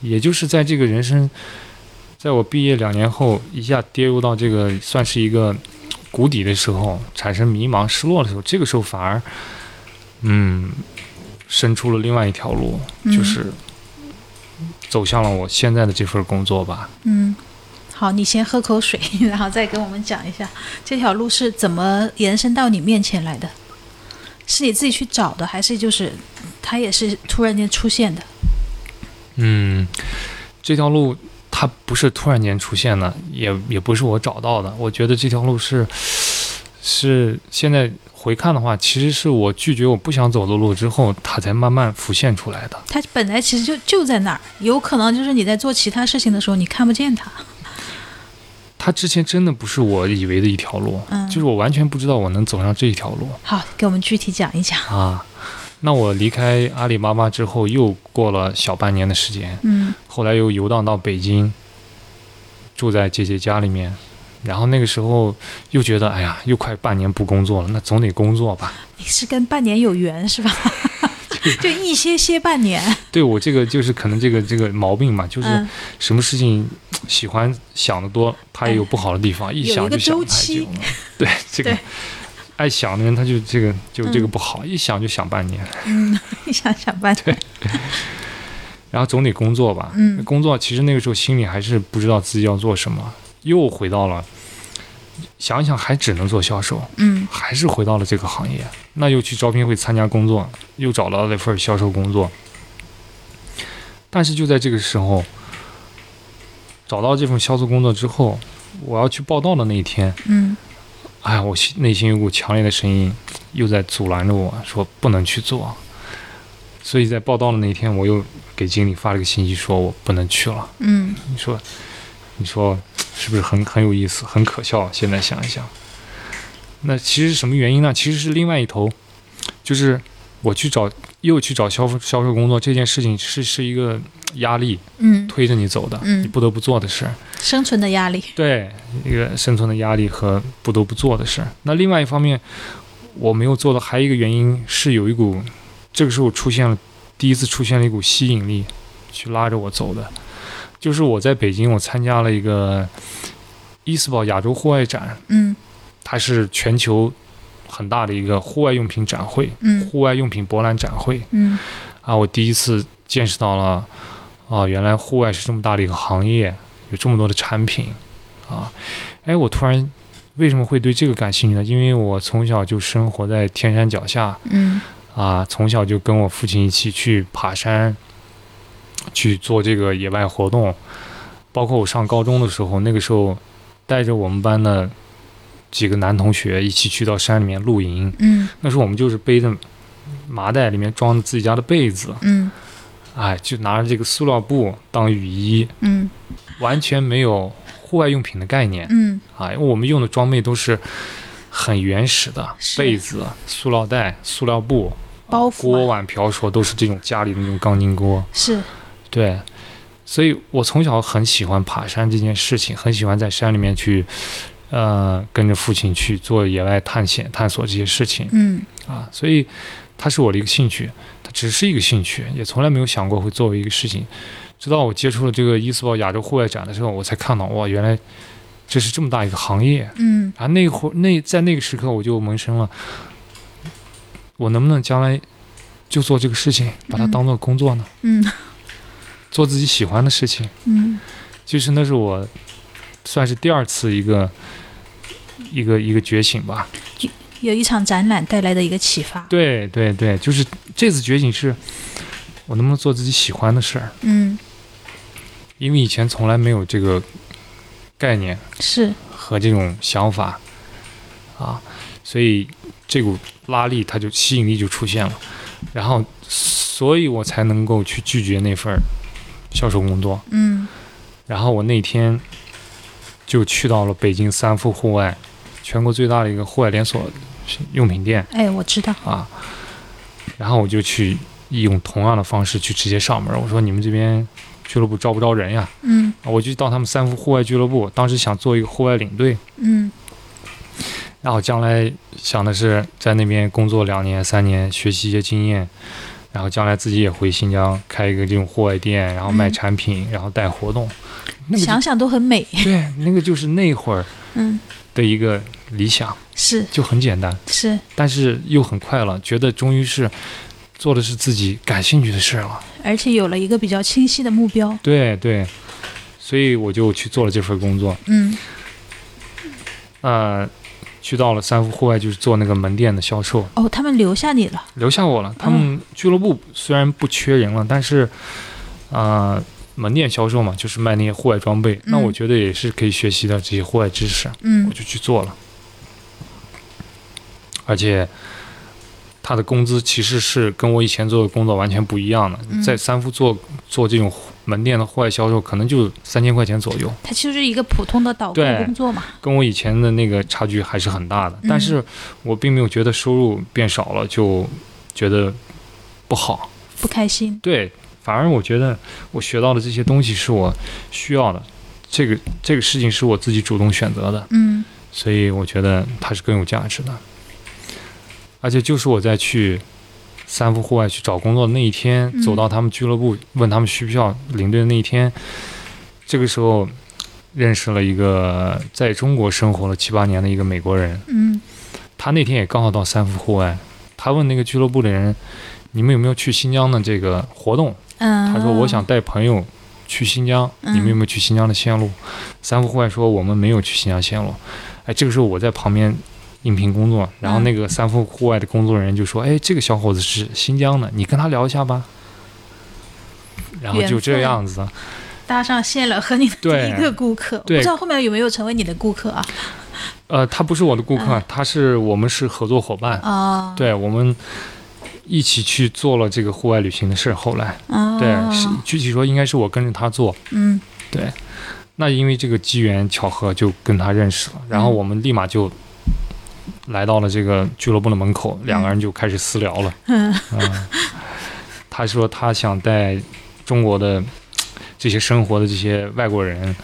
Speaker 1: 也就是在这个人生，在我毕业两年后，一下跌入到这个算是一个谷底的时候，产生迷茫、失落的时候，这个时候反而，嗯，伸出了另外一条路，
Speaker 2: 嗯
Speaker 1: 就是走向了我现在的这份工作吧。
Speaker 2: 嗯。好，你先喝口水， [LAUGHS] 然后再跟我们讲一下这条路是怎么延伸到你面前来的，是你自己去找的，还是就是它也是突然间出现的？
Speaker 1: 嗯，这条路它不是突然间出现的，也也不是我找到的。我觉得这条路是是现在回看的话，其实是我拒绝我不想走的路之后，它才慢慢浮现出来的。
Speaker 2: 它本来其实就就在那儿，有可能就是你在做其他事情的时候你看不见它。
Speaker 1: 它之前真的不是我以为的一条路，
Speaker 2: 嗯
Speaker 1: 就是我完全不知道我能走上这一条路
Speaker 2: 好，给我们具体讲一讲。
Speaker 1: 啊。那我离开阿里巴巴之后，又过了小半年的时间，
Speaker 2: 嗯
Speaker 1: 后来又游荡到北京，住在姐姐家里面。然后那个时候又觉得，哎呀，又快半年不工作了，那总得工作吧？
Speaker 2: 你是跟半年有缘是吧？ [LAUGHS] 就一歇歇半年，
Speaker 1: 对我这个就是可能这个这个毛病嘛，就是
Speaker 2: 嗯，
Speaker 1: 什么事情喜欢想的多，他也有不好的地方，一
Speaker 2: 嗯有一
Speaker 1: 想
Speaker 2: 个
Speaker 1: 就想
Speaker 2: 周
Speaker 1: 太久
Speaker 2: 期
Speaker 1: 了。对这个
Speaker 2: 对
Speaker 1: 爱想的人，他就这个就这个
Speaker 2: 嗯
Speaker 1: 不好，一想就想半年，
Speaker 2: 你想想半年，
Speaker 1: 然后总得工作吧。
Speaker 2: 嗯
Speaker 1: 工作其实那个时候心里还是不知道自己要做什么，又回到了想一想还只能做销售。
Speaker 2: 嗯
Speaker 1: 还是回到了这个行业。那又去招聘会参加工作，又找到了一份销售工作。但是就在这个时候，找到这份销售工作之后，我要去报道的那一天，
Speaker 2: 嗯
Speaker 1: 哎呀，我心内心有股强烈的声音又在阻拦着我说不能去做。所以在报道的那一天，我又给经理发了个信息，说我不能去了。
Speaker 2: 嗯，
Speaker 1: 你说，你说是不是很很有意思，很可笑？啊现在想一想，那其实是什么原因呢？其实是另外一头，就是我去找又去找销售销售工作这件事情是是一个压力
Speaker 2: 嗯，
Speaker 1: 推着你走的，
Speaker 2: 嗯
Speaker 1: 你不得不做的事儿。
Speaker 2: 生存的压力，
Speaker 1: 对，一个生存的压力和不得不做的事儿。那另外一方面，我没有做的还有一个原因是有一股，这个时候出现了第一次出现了一股吸引力，去拉着我走的，就是我在北京我参加了一个伊斯堡亚洲户外展，
Speaker 2: 嗯
Speaker 1: 它是全球很大的一个户外用品展会、
Speaker 2: 嗯
Speaker 1: 户外用品博览展会
Speaker 2: 嗯
Speaker 1: 啊，我第一次见识到了啊，原来户外是这么大的一个行业，有这么多的产品啊，哎，我突然为什么会对这个感兴趣呢？因为我从小就生活在天山脚下
Speaker 2: 嗯
Speaker 1: 啊，从小就跟我父亲一起去爬山，去做这个野外活动，包括我上高中的时候，那个时候带着我们班的几个男同学一起去到山里面露营，
Speaker 2: 嗯
Speaker 1: 那时候我们就是背着麻袋，里面装着自己家的被子。
Speaker 2: 嗯
Speaker 1: 哎，就拿着这个塑料布当雨衣，
Speaker 2: 嗯
Speaker 1: 完全没有户外用品的概念
Speaker 2: 嗯
Speaker 1: 啊！因为我们用的装备都是很原始的，
Speaker 2: 是
Speaker 1: 被子、塑料袋、塑料布、
Speaker 2: 包袱
Speaker 1: 锅
Speaker 2: 啊
Speaker 1: 碗瓢勺都是这种家里的那种钢筋锅。
Speaker 2: 是，
Speaker 1: 对，所以我从小很喜欢爬山这件事情，很喜欢在山里面去，呃，跟着父亲去做野外探险、探索这些事情。
Speaker 2: 嗯
Speaker 1: 啊，所以它是我的一个兴趣，它只是一个兴趣，也从来没有想过会作为一个事情。直到我接触了这个伊斯堡亚洲户外展的时候，我才看到哇，原来这是这么大一个行业
Speaker 2: 嗯
Speaker 1: 啊！那会儿那在那个时刻，我就萌生了，我能不能将来就做这个事情，把它
Speaker 2: 嗯
Speaker 1: 当做工作呢？
Speaker 2: 嗯
Speaker 1: 做自己喜欢的事情，
Speaker 2: 嗯
Speaker 1: 其实那是我算是第二次一个一个一个觉醒吧。
Speaker 2: 有一场展览带来的一个启发，
Speaker 1: 对对对，就是这次觉醒是，我能不能做自己喜欢的事儿？
Speaker 2: 嗯
Speaker 1: 因为以前从来没有这个概念
Speaker 2: 是，
Speaker 1: 和这种想法啊，所以这股拉力它就吸引力就出现了，然后所以我才能够去拒绝那份儿销售工作。
Speaker 2: 嗯
Speaker 1: 然后我那天就去到了北京三富户外，全国最大的一个户外连锁用品店。
Speaker 2: 哎我知道，
Speaker 1: 啊，然后我就去用同样的方式去直接上门，我说你们这边俱乐部招不招人呀？
Speaker 2: 嗯
Speaker 1: 啊我就到他们三福户外俱乐部，当时想做一个户外领队，
Speaker 2: 嗯
Speaker 1: 然后将来想的是在那边工作两年、三年，学习一些经验，然后将来自己也回新疆开一个这种户外店，然后卖
Speaker 2: 嗯
Speaker 1: 产品，然后带活动。那个
Speaker 2: 想
Speaker 1: 就
Speaker 2: 想都很美，
Speaker 1: 对，那个就是那会儿
Speaker 2: 嗯
Speaker 1: 的一个理想，
Speaker 2: 是
Speaker 1: 就很简单，
Speaker 2: 是
Speaker 1: 但是又很快乐，觉得终于是做的是自己感兴趣的事儿了。
Speaker 2: 而且有了一个比较清晰的目标，
Speaker 1: 对对，所以我就去做了这份工作。
Speaker 2: 嗯
Speaker 1: 呃，去到了三福户外，就是做那个门店的销售，
Speaker 2: 哦他们留下你了，
Speaker 1: 留下我了。他们俱乐部虽然不缺人了，但是，呃，门店销售嘛，就是卖那些户外装备。那我
Speaker 2: 嗯
Speaker 1: 觉得也是可以学习的这些户外知识，
Speaker 2: 嗯
Speaker 1: 我就去做了。而且，他的工资其实是跟我以前做的工作完全不一样的。
Speaker 2: 嗯
Speaker 1: 在三福做做这种门店的户外销售，可能就三千块钱左右。
Speaker 2: 它就是一个普通的导购
Speaker 1: 对
Speaker 2: 工作嘛，
Speaker 1: 跟我以前的那个差距还是很大的，
Speaker 2: 嗯
Speaker 1: 但是我并没有觉得收入变少了就觉得不好，
Speaker 2: 不开心，
Speaker 1: 对，反而我觉得我学到的这些东西是我需要的，这个这个事情是我自己主动选择的，
Speaker 2: 嗯
Speaker 1: 所以我觉得它是更有价值的。而且就是我在去三福户外去找工作的那一天，
Speaker 2: 嗯
Speaker 1: 走到他们俱乐部问他们需不需要领队的那一天，这个时候认识了一个在中国生活了七八年的一个美国人，
Speaker 2: 嗯
Speaker 1: 他那天也刚好到三福户外，他问那个俱乐部的人，你们有没有去新疆的这个活动？
Speaker 2: 嗯，
Speaker 1: 他说我想带朋友去新疆，
Speaker 2: 嗯
Speaker 1: 你们有没有去新疆的线路？三福户外说我们没有去新疆线路。哎，这个时候我在旁边应聘工作，然后
Speaker 2: 嗯
Speaker 1: 那个三福户外的工作人员就说：“哎，这个小伙子是新疆的，你跟他聊一下吧。”然后就这样子。
Speaker 2: 搭上线了，和你的第一个顾客，不
Speaker 1: 对
Speaker 2: 知道后面有没有成为你的顾客啊？
Speaker 1: 呃，他不是我的顾
Speaker 2: 嗯
Speaker 1: 客，他是我们是合作伙伴，
Speaker 2: 啊，
Speaker 1: 对我们一起去做了这个户外旅行的事儿。后来，
Speaker 2: 啊，
Speaker 1: 对，是具体说应该是我跟着他做，
Speaker 2: 嗯
Speaker 1: 对。那因为这个机缘巧合就跟他认识了，然后
Speaker 2: 嗯
Speaker 1: 我们立马就来到了这个俱乐部的门口，两个人就开始私聊了。
Speaker 2: 嗯
Speaker 1: 他说他想带中国的这些生活的这些外国人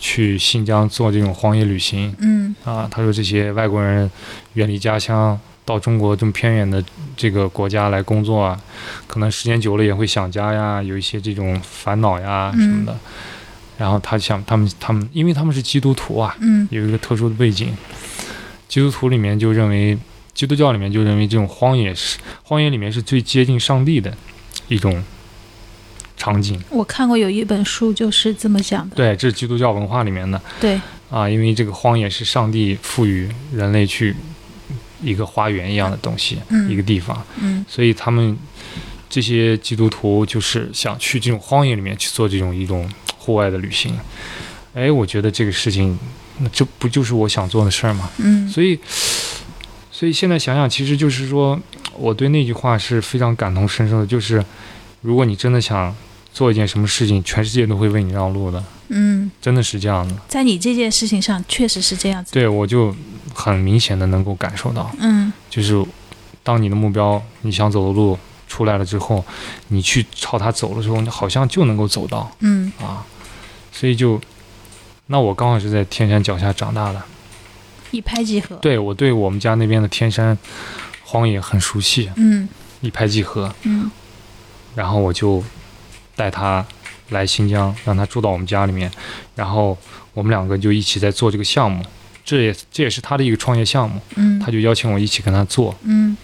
Speaker 1: 去新疆做这种荒野旅行
Speaker 2: 嗯
Speaker 1: 啊。他说这些外国人远离家乡到中国这么偏远的这个国家来工作啊，可能时间久了也会想家呀，有一些这种烦恼呀什么的。然后他想他们他们，因为他们是基督徒啊，
Speaker 2: 嗯
Speaker 1: 有一个特殊的背景，基督徒里面就认为，基督教里面就认为这种荒野是荒野里面是最接近上帝的一种场景。
Speaker 2: 我看过有一本书就是这么讲的，
Speaker 1: 对，这是基督教文化里面的
Speaker 2: 对，
Speaker 1: 啊，因为这个荒野是上帝赋予人类去一个花园一样的东西，
Speaker 2: 嗯
Speaker 1: 一个地方，
Speaker 2: 嗯
Speaker 1: 所以他们这些基督徒就是想去这种荒野里面去做这种一种户外的旅行。哎，我觉得这个事情，那这不就是我想做的事儿吗？
Speaker 2: 嗯
Speaker 1: 所以，所以现在想想，其实就是说，我对那句话是非常感同身受的，就是如果你真的想做一件什么事情，全世界都会为你让路的，
Speaker 2: 嗯，
Speaker 1: 真的是这样的。
Speaker 2: 在你这件事情上确实是这样子，
Speaker 1: 对我就很明显的能够感受到，
Speaker 2: 嗯
Speaker 1: 就是当你的目标、你想走的路出来了之后，你去朝它走了之后，你好像就能够走到
Speaker 2: 嗯
Speaker 1: 啊，所以就。那我刚好是在天山脚下长大的，
Speaker 2: 一拍即合，
Speaker 1: 对我对我们家那边的天山荒野很熟悉，
Speaker 2: 嗯
Speaker 1: 一拍即合。
Speaker 2: 嗯
Speaker 1: 然后我就带他来新疆，让他住到我们家里面，然后我们两个就一起在做这个项目，这也这也是他的一个创业项目，
Speaker 2: 嗯
Speaker 1: 他就邀请我一起跟他做
Speaker 2: 嗯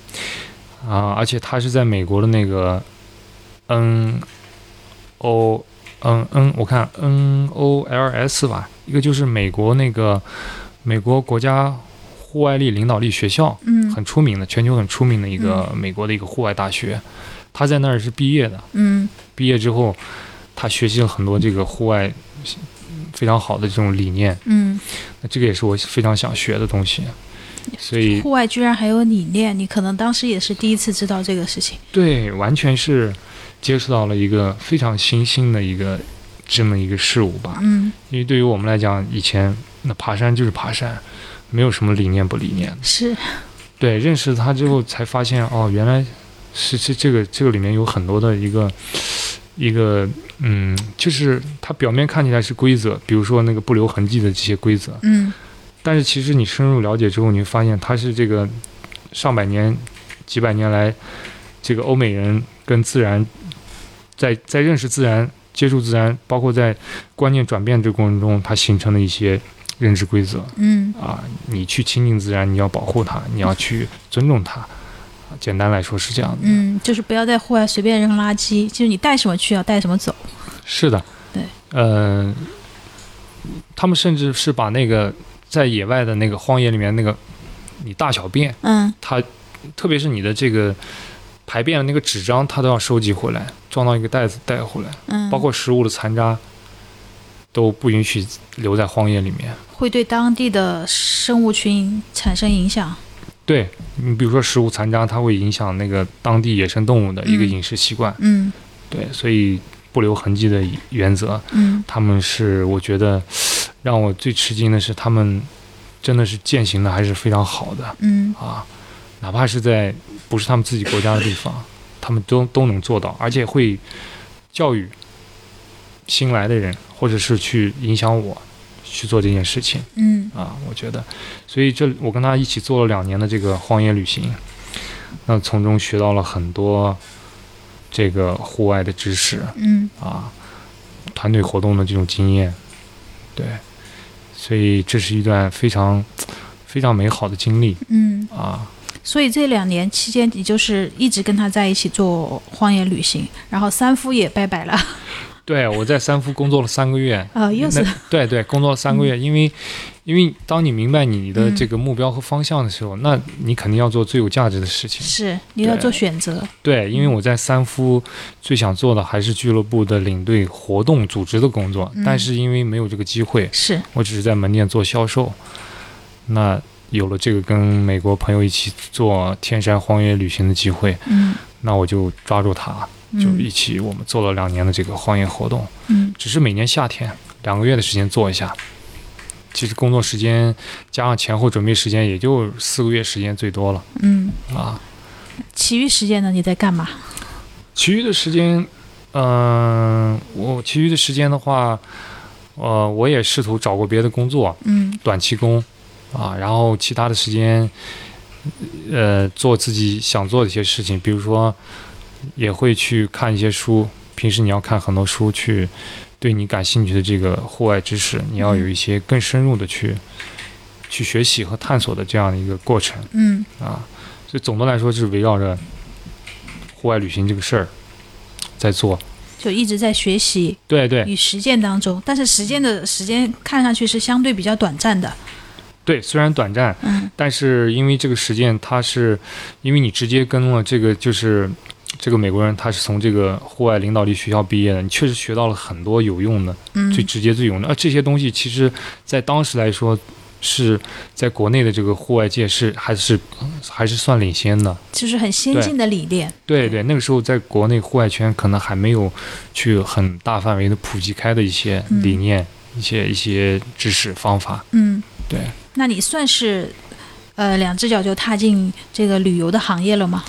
Speaker 1: 啊，而且他是在美国的那个 N O N N，我看 N O L S 吧，一个就是美国那个美国国家户外力领导力学校，
Speaker 2: 嗯
Speaker 1: 很出名的，全球很出名的一个美国的一个户外大学，他在那儿是毕业的。
Speaker 2: 嗯
Speaker 1: 毕业之后，他学习了很多这个户外嗯非常好的这种理念，
Speaker 2: 嗯，
Speaker 1: 那这个也是我非常想学的东西。所以，
Speaker 2: 户外居然还有理念，你可能当时也是第一次知道这个事情，
Speaker 1: 对，完全是接触到了一个非常新兴的一个这么一个事物吧。
Speaker 2: 嗯，
Speaker 1: 因为对于我们来讲，以前那爬山就是爬山，没有什么理念不理念的。
Speaker 2: 是，
Speaker 1: 对，认识他之后才发现，哦，原来是这这个这个里面有很多的一个一个，嗯，就是它表面看起来是规则，比如说那个不留痕迹的这些规则，
Speaker 2: 嗯
Speaker 1: 但是其实你深入了解之后，你会发现它是这个上百年、几百年来，这个欧美人跟自然在在认识自然、接触自然，包括在观念转变这个过程中，它形成的一些认知规则。
Speaker 2: 嗯
Speaker 1: 啊，你去亲近自然，你要保护它，你要去尊重它。啊简单来说是这样的，
Speaker 2: 嗯，就是不要在户外随便扔垃圾，就是你带什么去要带什么走，
Speaker 1: 是的，
Speaker 2: 对，
Speaker 1: 呃，他们甚至是把那个在野外的那个荒野里面那个你大小便，
Speaker 2: 嗯
Speaker 1: 它特别是你的这个排便的那个纸张，它都要收集回来，装到一个袋子带回来，
Speaker 2: 嗯，
Speaker 1: 包括食物的残渣都不允许留在荒野里面。
Speaker 2: 会对当地的生物群产生影响。
Speaker 1: 对你，比如说食物残渣，它会影响那个当地野生动物的一个
Speaker 2: 嗯
Speaker 1: 饮食习惯。
Speaker 2: 嗯
Speaker 1: 对，所以不留痕迹的原则，
Speaker 2: 嗯
Speaker 1: 他们是我觉得让我最吃惊的是，他们真的是践行的还是非常好的
Speaker 2: 嗯
Speaker 1: 啊，哪怕是在不是他们自己国家的地方，他们都都能做到，而且会教育新来的人，或者是去影响我去做这件事情。
Speaker 2: 嗯
Speaker 1: 啊，我觉得，所以这我跟他一起做了两年的这个荒野旅行，那从中学到了很多这个户外的知识
Speaker 2: 嗯
Speaker 1: 啊，团队活动的这种经验，对，所以这是一段非常非常美好的经历
Speaker 2: 嗯，
Speaker 1: 啊，
Speaker 2: 所以这两年期间，你就是一直跟他在一起做荒野旅行，然后三夫也拜拜了。
Speaker 1: 对，我在三夫工作了三个
Speaker 2: [LAUGHS]
Speaker 1: 月，
Speaker 2: 啊，又是嗯
Speaker 1: 那对对，工作了三个月，因为因为当你明白你的这个目标和方向的时候，那你肯定要做最有价值的事情。
Speaker 2: 是你要
Speaker 1: 对
Speaker 2: 做选择，
Speaker 1: 对，因为我在三夫最想做的还是俱乐部的领队活动组织的工作，
Speaker 2: 嗯
Speaker 1: 但是因为没有这个机会，
Speaker 2: 是
Speaker 1: 我只是在门店做销售。那有了这个跟美国朋友一起做天山荒野旅行的机会，
Speaker 2: 嗯，
Speaker 1: 那我就抓住它，就
Speaker 2: 嗯
Speaker 1: 一起我们做了两年的这个荒野活动。
Speaker 2: 嗯
Speaker 1: 只是每年夏天两个月的时间做一下。其实工作时间加上前后准备时间，也就四个月时间最多了
Speaker 2: 嗯，
Speaker 1: 啊。
Speaker 2: 其余时间呢你在干嘛？
Speaker 1: 其余的时间，嗯、我其余的时间的话，呃，我也试图找过别的工作，
Speaker 2: 嗯
Speaker 1: 短期工啊，然后其他的时间，呃，做自己想做的一些事情，比如说也会去看一些书。平时你要看很多书，去对你感兴趣的这个户外知识，你要有一些更深入的去、去学习和探索的这样的一个过程
Speaker 2: 嗯
Speaker 1: 啊。所以总的来说是围绕着户外旅行这个事儿在做。
Speaker 2: 就一直在学习
Speaker 1: 对对嗯
Speaker 2: 与实践当中，但是实践的时间看上去是相对比较短暂的，
Speaker 1: 对，虽然短暂，
Speaker 2: 嗯
Speaker 1: 但是因为这个实践，它是因为你直接跟了这个就是这个美国人，他是从这个户外领导力学校毕业的，你确实学到了很多有用的、
Speaker 2: 嗯
Speaker 1: 最直接、最有用的。啊而这些东西其实，在当时来说，是在国内的这个户外界是还是还是算领先的。
Speaker 2: 就是很先进的理念，
Speaker 1: 对对，那个时候在国内户外圈可能还没有去很大范围的普及开的一些理念、一些一些知识方法。
Speaker 2: 嗯，
Speaker 1: 对。
Speaker 2: 那你算是呃两只脚就踏进这个旅游的行业了吗？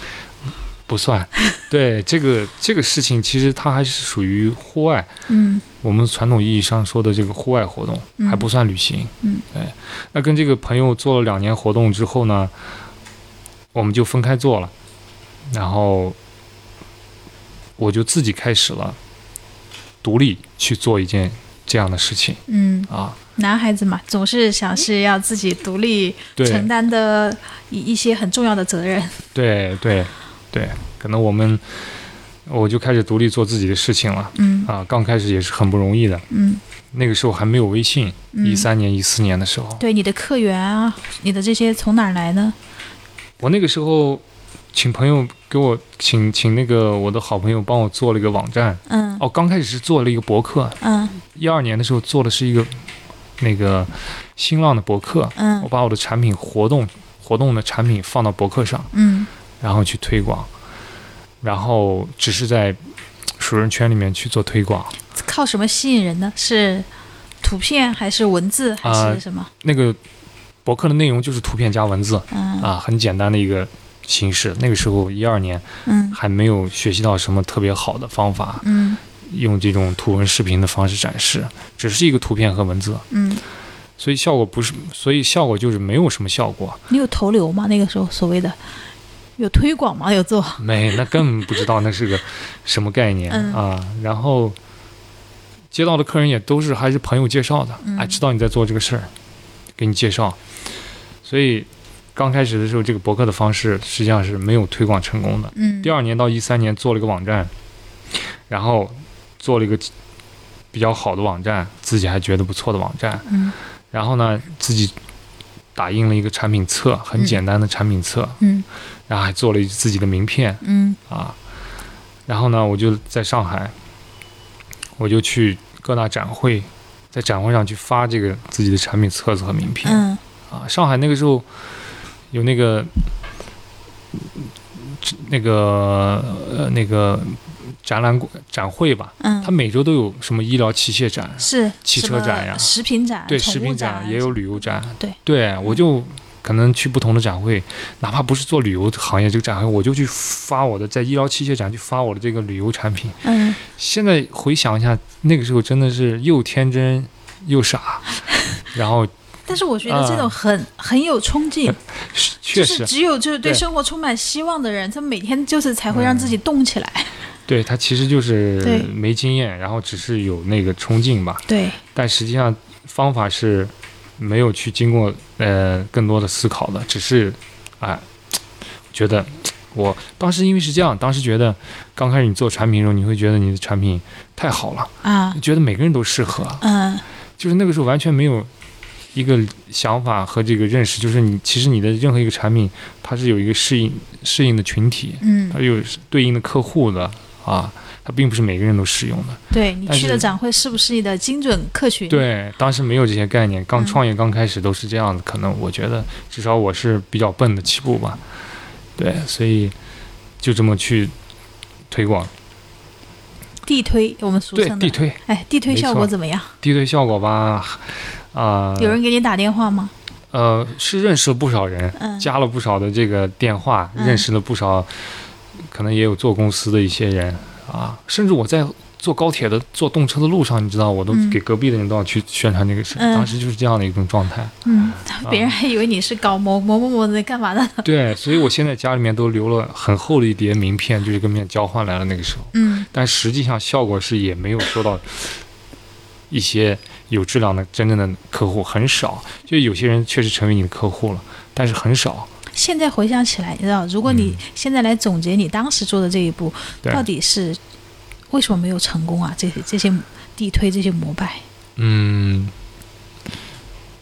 Speaker 1: 不
Speaker 2: [LAUGHS]
Speaker 1: 算。对这个这个事情，其实它还是属于户外，
Speaker 2: 嗯
Speaker 1: 我们传统意义上说的这个户外活动，
Speaker 2: 嗯
Speaker 1: 还不算旅行。
Speaker 2: 嗯，
Speaker 1: 对。那跟这个朋友做了两年活动之后呢，我们就分开做了，然后我就自己开始了独立去做一件这样的事情
Speaker 2: 嗯，
Speaker 1: 啊。
Speaker 2: 男孩子嘛，总是想是要自己独立
Speaker 1: 对，
Speaker 2: 承担的一一些很重要的责任。
Speaker 1: 对对对，可能我们我就开始独立做自己的事情了
Speaker 2: 嗯
Speaker 1: 啊。刚开始也是很不容易的。
Speaker 2: 嗯
Speaker 1: 那个时候还没有微信，
Speaker 2: 嗯，
Speaker 1: 一三年、一四年的时候，
Speaker 2: 对你的客源啊，你的这些从哪儿来呢？
Speaker 1: 我那个时候请朋友给我请请那个我的好朋友帮我做了一个网站。
Speaker 2: 嗯
Speaker 1: 哦，刚开始是做了一个博客，
Speaker 2: 嗯
Speaker 1: 一二年的时候做的是一个那个新浪的博客，我
Speaker 2: 嗯
Speaker 1: 把我的产品活动活动的产品放到博客上，
Speaker 2: 嗯
Speaker 1: 然后去推广，然后只是在熟人圈里面去做推广。
Speaker 2: 靠什么吸引人呢？是图片还是文字还是
Speaker 1: 啊
Speaker 2: 什么？
Speaker 1: 那个博客的内容就是图片加文字
Speaker 2: 嗯
Speaker 1: 啊，很简单的一个形式。那个时候一二年。
Speaker 2: 嗯
Speaker 1: 还没有学习到什么特别好的方法，
Speaker 2: 嗯
Speaker 1: 用这种图文视频的方式展示，只是一个图片和文字，
Speaker 2: 嗯，
Speaker 1: 所以效果不是，所以效果就是没有什么效果。 [LAUGHS]
Speaker 2: 你有投流吗？那个时候所谓的有推广吗？有做？
Speaker 1: 没，那根本不知道那是个什么概念、
Speaker 2: 嗯
Speaker 1: 啊。然后接到的客人也都是还是朋友介绍的，
Speaker 2: 嗯
Speaker 1: 哎，知道你在做这个事儿，给你介绍。所以刚开始的时候，这个博客的方式实际上是没有推广成功的。
Speaker 2: 嗯，
Speaker 1: 第二年到一三年做了一个网站，然后做了一个比较好的网站，自己还觉得不错的网站。
Speaker 2: 嗯
Speaker 1: 然后呢，自己打印了一个产品册，很
Speaker 2: 嗯
Speaker 1: 简单的产品册，
Speaker 2: 嗯
Speaker 1: 然后还做了一自己的名片
Speaker 2: 嗯
Speaker 1: 啊。然后呢，我就在上海，我就去各大展会，在展会上去发这个自己的产品册子和名片、
Speaker 2: 嗯
Speaker 1: 啊。上海那个时候有那个那个呃那个展览馆展会吧，
Speaker 2: 嗯，
Speaker 1: 它每周都有什么医疗器械展，
Speaker 2: 是
Speaker 1: 汽
Speaker 2: 什
Speaker 1: 车
Speaker 2: 么
Speaker 1: 展呀
Speaker 2: 食品展、
Speaker 1: 对，
Speaker 2: 宠
Speaker 1: 食
Speaker 2: 物
Speaker 1: 品
Speaker 2: 展啊
Speaker 1: 展也有旅游展，
Speaker 2: 对，嗯
Speaker 1: 对我就可能去不同的展会，哪怕不是做旅游行业这个展会，我就去发我的在医疗器械展去发我的这个旅游产品。
Speaker 2: 嗯，
Speaker 1: 现在回想一下，那个时候真的是又天真又傻， [LAUGHS] 然后
Speaker 2: 但是我觉得这种很、很有冲劲，
Speaker 1: 是
Speaker 2: 就
Speaker 1: 啊确
Speaker 2: 是
Speaker 1: 实
Speaker 2: 只有就是
Speaker 1: 对
Speaker 2: 对
Speaker 1: 嗯
Speaker 2: 生活充满希望的人，他每天就是才会让自己动起来。
Speaker 1: 对他其实就是
Speaker 2: 对
Speaker 1: 没经验，然后只是有那个冲劲吧，
Speaker 2: 对，
Speaker 1: 但实际上方法是没有去经过呃更多的思考的，只是啊、觉得我当时因为是这样，当时觉得刚开始你做产品的时候，你会觉得你的产品太好了，
Speaker 2: 啊，
Speaker 1: 觉得每个人都适合，
Speaker 2: 嗯
Speaker 1: 就是那个时候完全没有一个想法和这个认识，就是你其实你的任何一个产品，它是有一个适应适应的群体，它
Speaker 2: 嗯，
Speaker 1: 有对应的客户的啊，它并不是每个人都适用的。
Speaker 2: 对你
Speaker 1: 但
Speaker 2: 去的
Speaker 1: 是
Speaker 2: 展会适不适宜的精准客群？，
Speaker 1: 对，当时没有这些概念，刚
Speaker 2: 嗯
Speaker 1: 创业刚开始都是这样子，可能我觉得至少我是比较笨的起步吧，对，所以就这么去推广，
Speaker 2: 地推我们俗
Speaker 1: 对
Speaker 2: 称
Speaker 1: 地
Speaker 2: 的。
Speaker 1: 推
Speaker 2: 哎，地推
Speaker 1: 没
Speaker 2: 效
Speaker 1: 错
Speaker 2: 果怎么样？
Speaker 1: 地推效果吧，啊、
Speaker 2: 有人给你打电话吗？
Speaker 1: 呃是认识了不少人，
Speaker 2: 嗯，
Speaker 1: 加了不少的这个电话，
Speaker 2: 嗯
Speaker 1: 认识了不少，可能也有做公司的一些人啊，甚至我在。坐高铁的、坐动车的路上，你知道，我都
Speaker 2: 嗯
Speaker 1: 给隔壁的人都要去宣传这个事。
Speaker 2: 嗯
Speaker 1: 当时就是这样的一种状
Speaker 2: [LAUGHS]
Speaker 1: 态。
Speaker 2: 嗯，
Speaker 1: 啊
Speaker 2: 别人还以为你是搞某某某某的干
Speaker 1: [LAUGHS]
Speaker 2: 嘛的。
Speaker 1: 对，所以我现在家里面都留了很厚的一叠名片，就是跟面交换来了那个时候，
Speaker 2: 嗯
Speaker 1: 但实际上效果是也没有收到一些有质量的真正的客户，很少。就有些人确实成为你的客户了，但是很少。，
Speaker 2: 现在回想起来，你知道，如果你现在来总结你当时做的这一步，
Speaker 1: 嗯对
Speaker 2: 到底是为什么没有成功啊？这些这些地推这些膜拜，
Speaker 1: 嗯，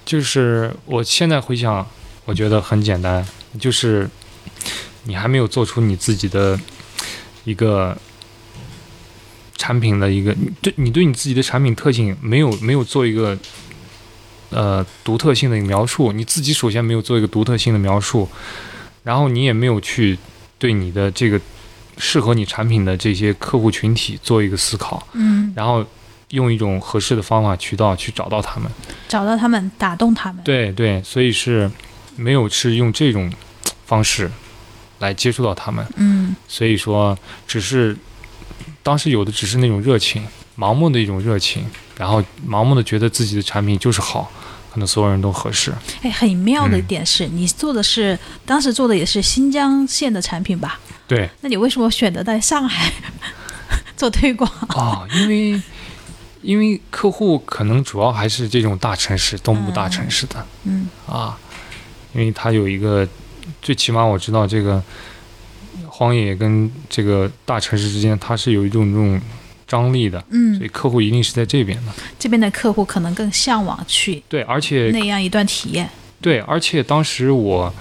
Speaker 1: 就是我现在回想，我觉得很简单，就是你还没有做出你自己的一个产品的一个，你对你对你自己的产品特性没有没有做一个呃独特性的描述，你自己首先没有做一个独特性的描述，然后你也没有去对你的这个适合你产品的这些客户群体做一个思考，
Speaker 2: 嗯，
Speaker 1: 然后用一种合适的方法渠道去找到他们。
Speaker 2: 找到他们，打动他们，
Speaker 1: 对对，所以是没有是用这种方式来接触到他们，
Speaker 2: 嗯
Speaker 1: 所以说只是当时有的只是那种热情，盲目的一种热情，然后盲目的觉得自己的产品就是好，可能所有人都合适。
Speaker 2: 哎，很妙的一
Speaker 1: 嗯
Speaker 2: 点是、你做的是当时做的也是新疆线的产品吧？
Speaker 1: 对
Speaker 2: 那你为什么选择在上海 [LAUGHS] 做推广？
Speaker 1: 啊、因为。因为客户可能主要还是这种大城市、东部大城市的，
Speaker 2: 嗯
Speaker 1: 啊，因为它有一个，最起码我知道这个荒野跟这个大城市之间，它是有一种这种张力的，所以
Speaker 2: 嗯，
Speaker 1: 客户一定是在这边的。
Speaker 2: 这边的客户可能更向往去
Speaker 1: 对，而且
Speaker 2: 那样一段体验，
Speaker 1: 对，而且当时我，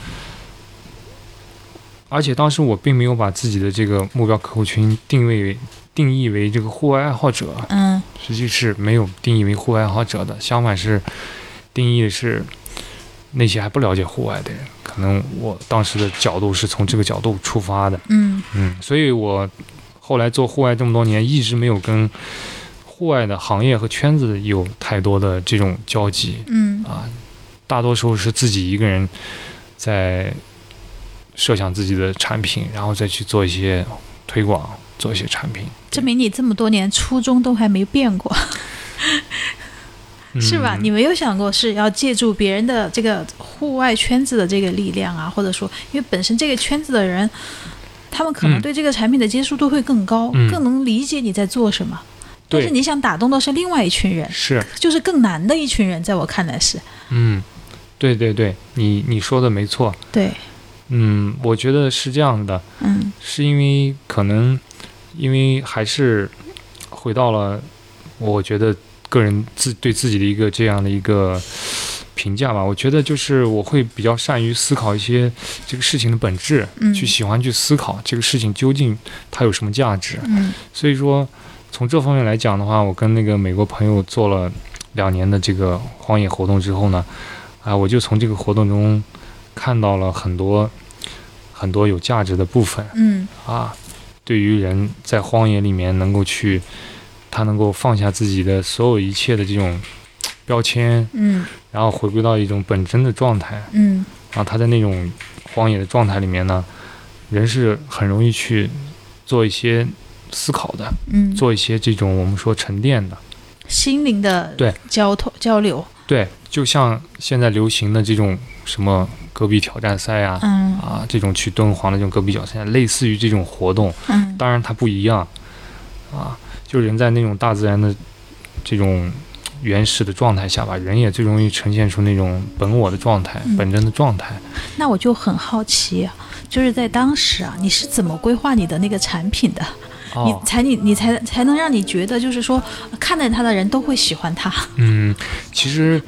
Speaker 1: 而且当时我并没有把自己的这个目标客户群定位为。定义为这个户外爱好者，
Speaker 2: 嗯
Speaker 1: 实际是没有定义为户外爱好者的，相反是定义的是那些还不了解户外的人。可能我当时的角度是从这个角度出发的，
Speaker 2: 嗯
Speaker 1: 嗯，所以我后来做户外这么多年，一直没有跟户外的行业和圈子有太多的这种交集
Speaker 2: 嗯
Speaker 1: 啊，大多数是自己一个人在设想自己的产品，然后再去做一些推广，做一些产品，
Speaker 2: 证明你这么多年初衷都还没变过，
Speaker 1: 嗯、
Speaker 2: 是吧？你没有想过是要借助别人的这个户外圈子的这个力量啊，或者说，因为本身这个圈子的人，他们可能
Speaker 1: 嗯
Speaker 2: 对这个产品的接受度会更高，
Speaker 1: 嗯
Speaker 2: 更能理解你在做什么。但
Speaker 1: 对
Speaker 2: 是你想打动的是另外一群人，
Speaker 1: 是
Speaker 2: 就是更难的一群人，在我看来是
Speaker 1: 嗯，对对对，你你说的没错。
Speaker 2: 对，
Speaker 1: 嗯，我觉得是这样的，
Speaker 2: 嗯
Speaker 1: 是因为可能因为还是回到了我觉得个人自对自己的一个这样的一个评价吧。我觉得就是我会比较善于思考一些这个事情的本质，
Speaker 2: 嗯
Speaker 1: 去喜欢去思考这个事情究竟它有什么价值。
Speaker 2: 嗯
Speaker 1: 所以说，从这方面来讲的话，我跟那个美国朋友做了两年的这个荒野活动之后呢，啊，我就从这个活动中看到了很多很多有价值的部分
Speaker 2: 嗯
Speaker 1: 啊。对于人在荒野里面能够去，他能够放下自己的所有一切的这种标签，
Speaker 2: 嗯
Speaker 1: 然后回归到一种本真的状态。
Speaker 2: 嗯
Speaker 1: 然后他在那种荒野的状态里面呢，人是很容易去做一些思考的。
Speaker 2: 嗯，
Speaker 1: 做一些这种我们说沉淀的，
Speaker 2: 心灵的
Speaker 1: 对
Speaker 2: 交通交流，
Speaker 1: 对，就像现在流行的这种什么戈壁挑战赛啊，
Speaker 2: 嗯
Speaker 1: 啊，这种去敦煌的这种戈壁挑战赛，类似于这种活动，
Speaker 2: 嗯
Speaker 1: 当然它不一样，啊，就人在那种大自然的这种原始的状态下吧，人也最容易呈现出那种本我的状态、
Speaker 2: 嗯
Speaker 1: 本真的状态。
Speaker 2: 那我就很好奇，啊就是在当时啊，你是怎么规划你的那个产品的？你
Speaker 1: 哦，
Speaker 2: 才你你才才能让你觉得，就是说看待它的人都会喜欢它。
Speaker 1: 嗯，其实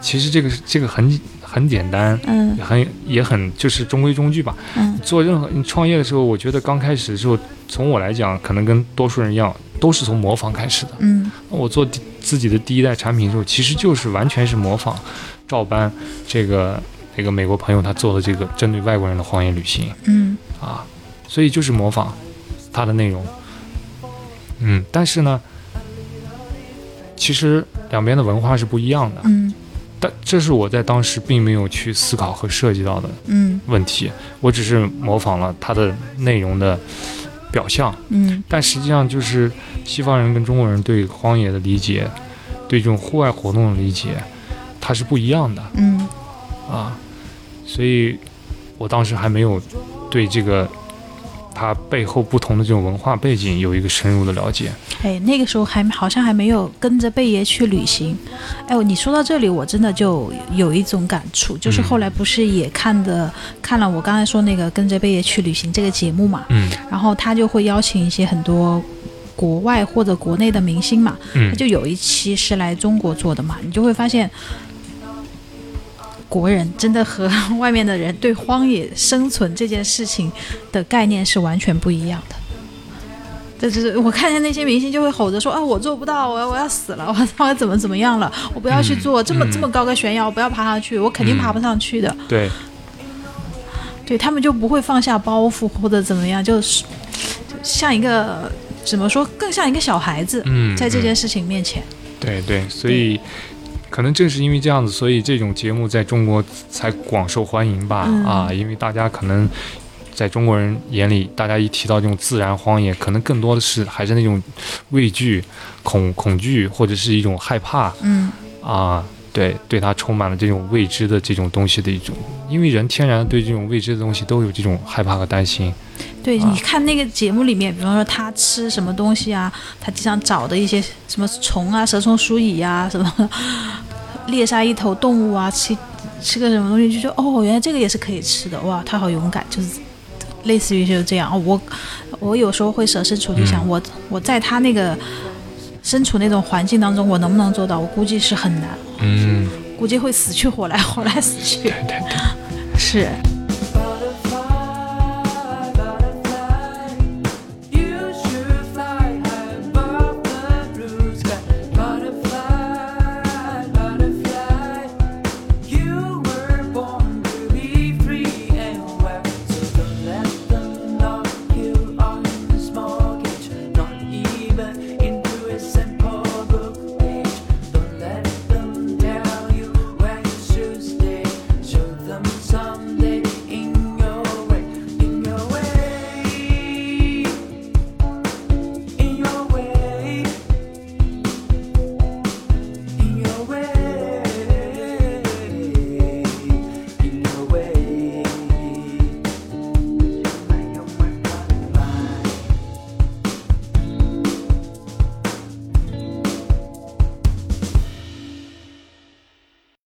Speaker 1: 其实这个这个很很简单，
Speaker 2: 嗯
Speaker 1: 很也很就是中规中矩吧。
Speaker 2: 嗯
Speaker 1: 做任何你创业的时候，我觉得刚开始的时候，从我来讲，可能跟多数人一样，都是从模仿开始的。
Speaker 2: 嗯
Speaker 1: 我做第自己的第一代产品的时候，其实就是完全是模仿、照搬这个这个美国朋友他做的这个针对外国人的荒野旅行
Speaker 2: 嗯
Speaker 1: 啊，所以就是模仿他的内容。嗯，但是呢，其实两边的文化是不一样的，
Speaker 2: 嗯
Speaker 1: 但这是我在当时并没有去思考和涉及到的
Speaker 2: 嗯
Speaker 1: 问题，我只是模仿了它的内容的表象。
Speaker 2: 嗯
Speaker 1: 但实际上就是西方人跟中国人对荒野的理解，对这种户外活动的理解，它是不一样的
Speaker 2: 嗯
Speaker 1: 啊。所以我当时还没有对这个它背后不同的这种文化背景有一个深入的了解。
Speaker 2: 哎，那个时候还好像还没有跟着贝爷去旅行。哎，你说到这里，我真的就有一种感触，就是
Speaker 1: 嗯
Speaker 2: 后来不是也看的、看了我刚才说那个跟着贝爷去旅行这个节目嘛，
Speaker 1: 嗯
Speaker 2: 然后他就会邀请一些很多。国外或者国内的明星嘛，他
Speaker 1: 嗯
Speaker 2: 就有一期是来中国做的嘛，你就会发现，国人真的和 [LAUGHS] 外面的人对荒野生存这件事情的概念是完全不一样的。这就是我看见那些明星就会吼着说啊，我做不到，我要我要死了，我要怎么怎么样了，我不要去做、
Speaker 1: 嗯
Speaker 2: 这么、
Speaker 1: 嗯
Speaker 2: 这么高个悬崖，我不要爬上去，我肯定
Speaker 1: 嗯
Speaker 2: 爬不上去的。
Speaker 1: 对，
Speaker 2: 对他们就不会放下包袱或者怎么样，就是就像一个怎么说，更像一个小孩子，
Speaker 1: 嗯，
Speaker 2: 在这
Speaker 1: 嗯
Speaker 2: 件事情面前，
Speaker 1: 对对，所以可能正是因为这样子，所以这种节目在中国才广受欢迎吧？
Speaker 2: 嗯
Speaker 1: 啊，因为大家可能在中国人眼里，大家一提到这种自然荒野，可能更多的是还是那种畏惧、恐恐惧或者是一种害怕
Speaker 2: 嗯
Speaker 1: 啊。对，对它充满了这种未知的这种东西的一种，因为人天然对这种未知的东西都有这种害怕和担心。
Speaker 2: 对，
Speaker 1: 啊
Speaker 2: 你看那个节目里面，比方说他吃什么东西啊，他地上找的一些什么虫啊、蛇虫鼠蚁啊，什么 [LAUGHS] 猎杀一头动物啊，吃吃个什么东西，就觉得哦，原来这个也是可以吃的，哇，他好勇敢，就是类似于就是这样。哦、我我有时候会设身处地想，
Speaker 1: 嗯
Speaker 2: 我我在他那个身处那种环境当中，我能不能做到？我估计是很难，
Speaker 1: 嗯，
Speaker 2: 估计会死去活来，活来死去
Speaker 1: 对。对对。
Speaker 2: 是，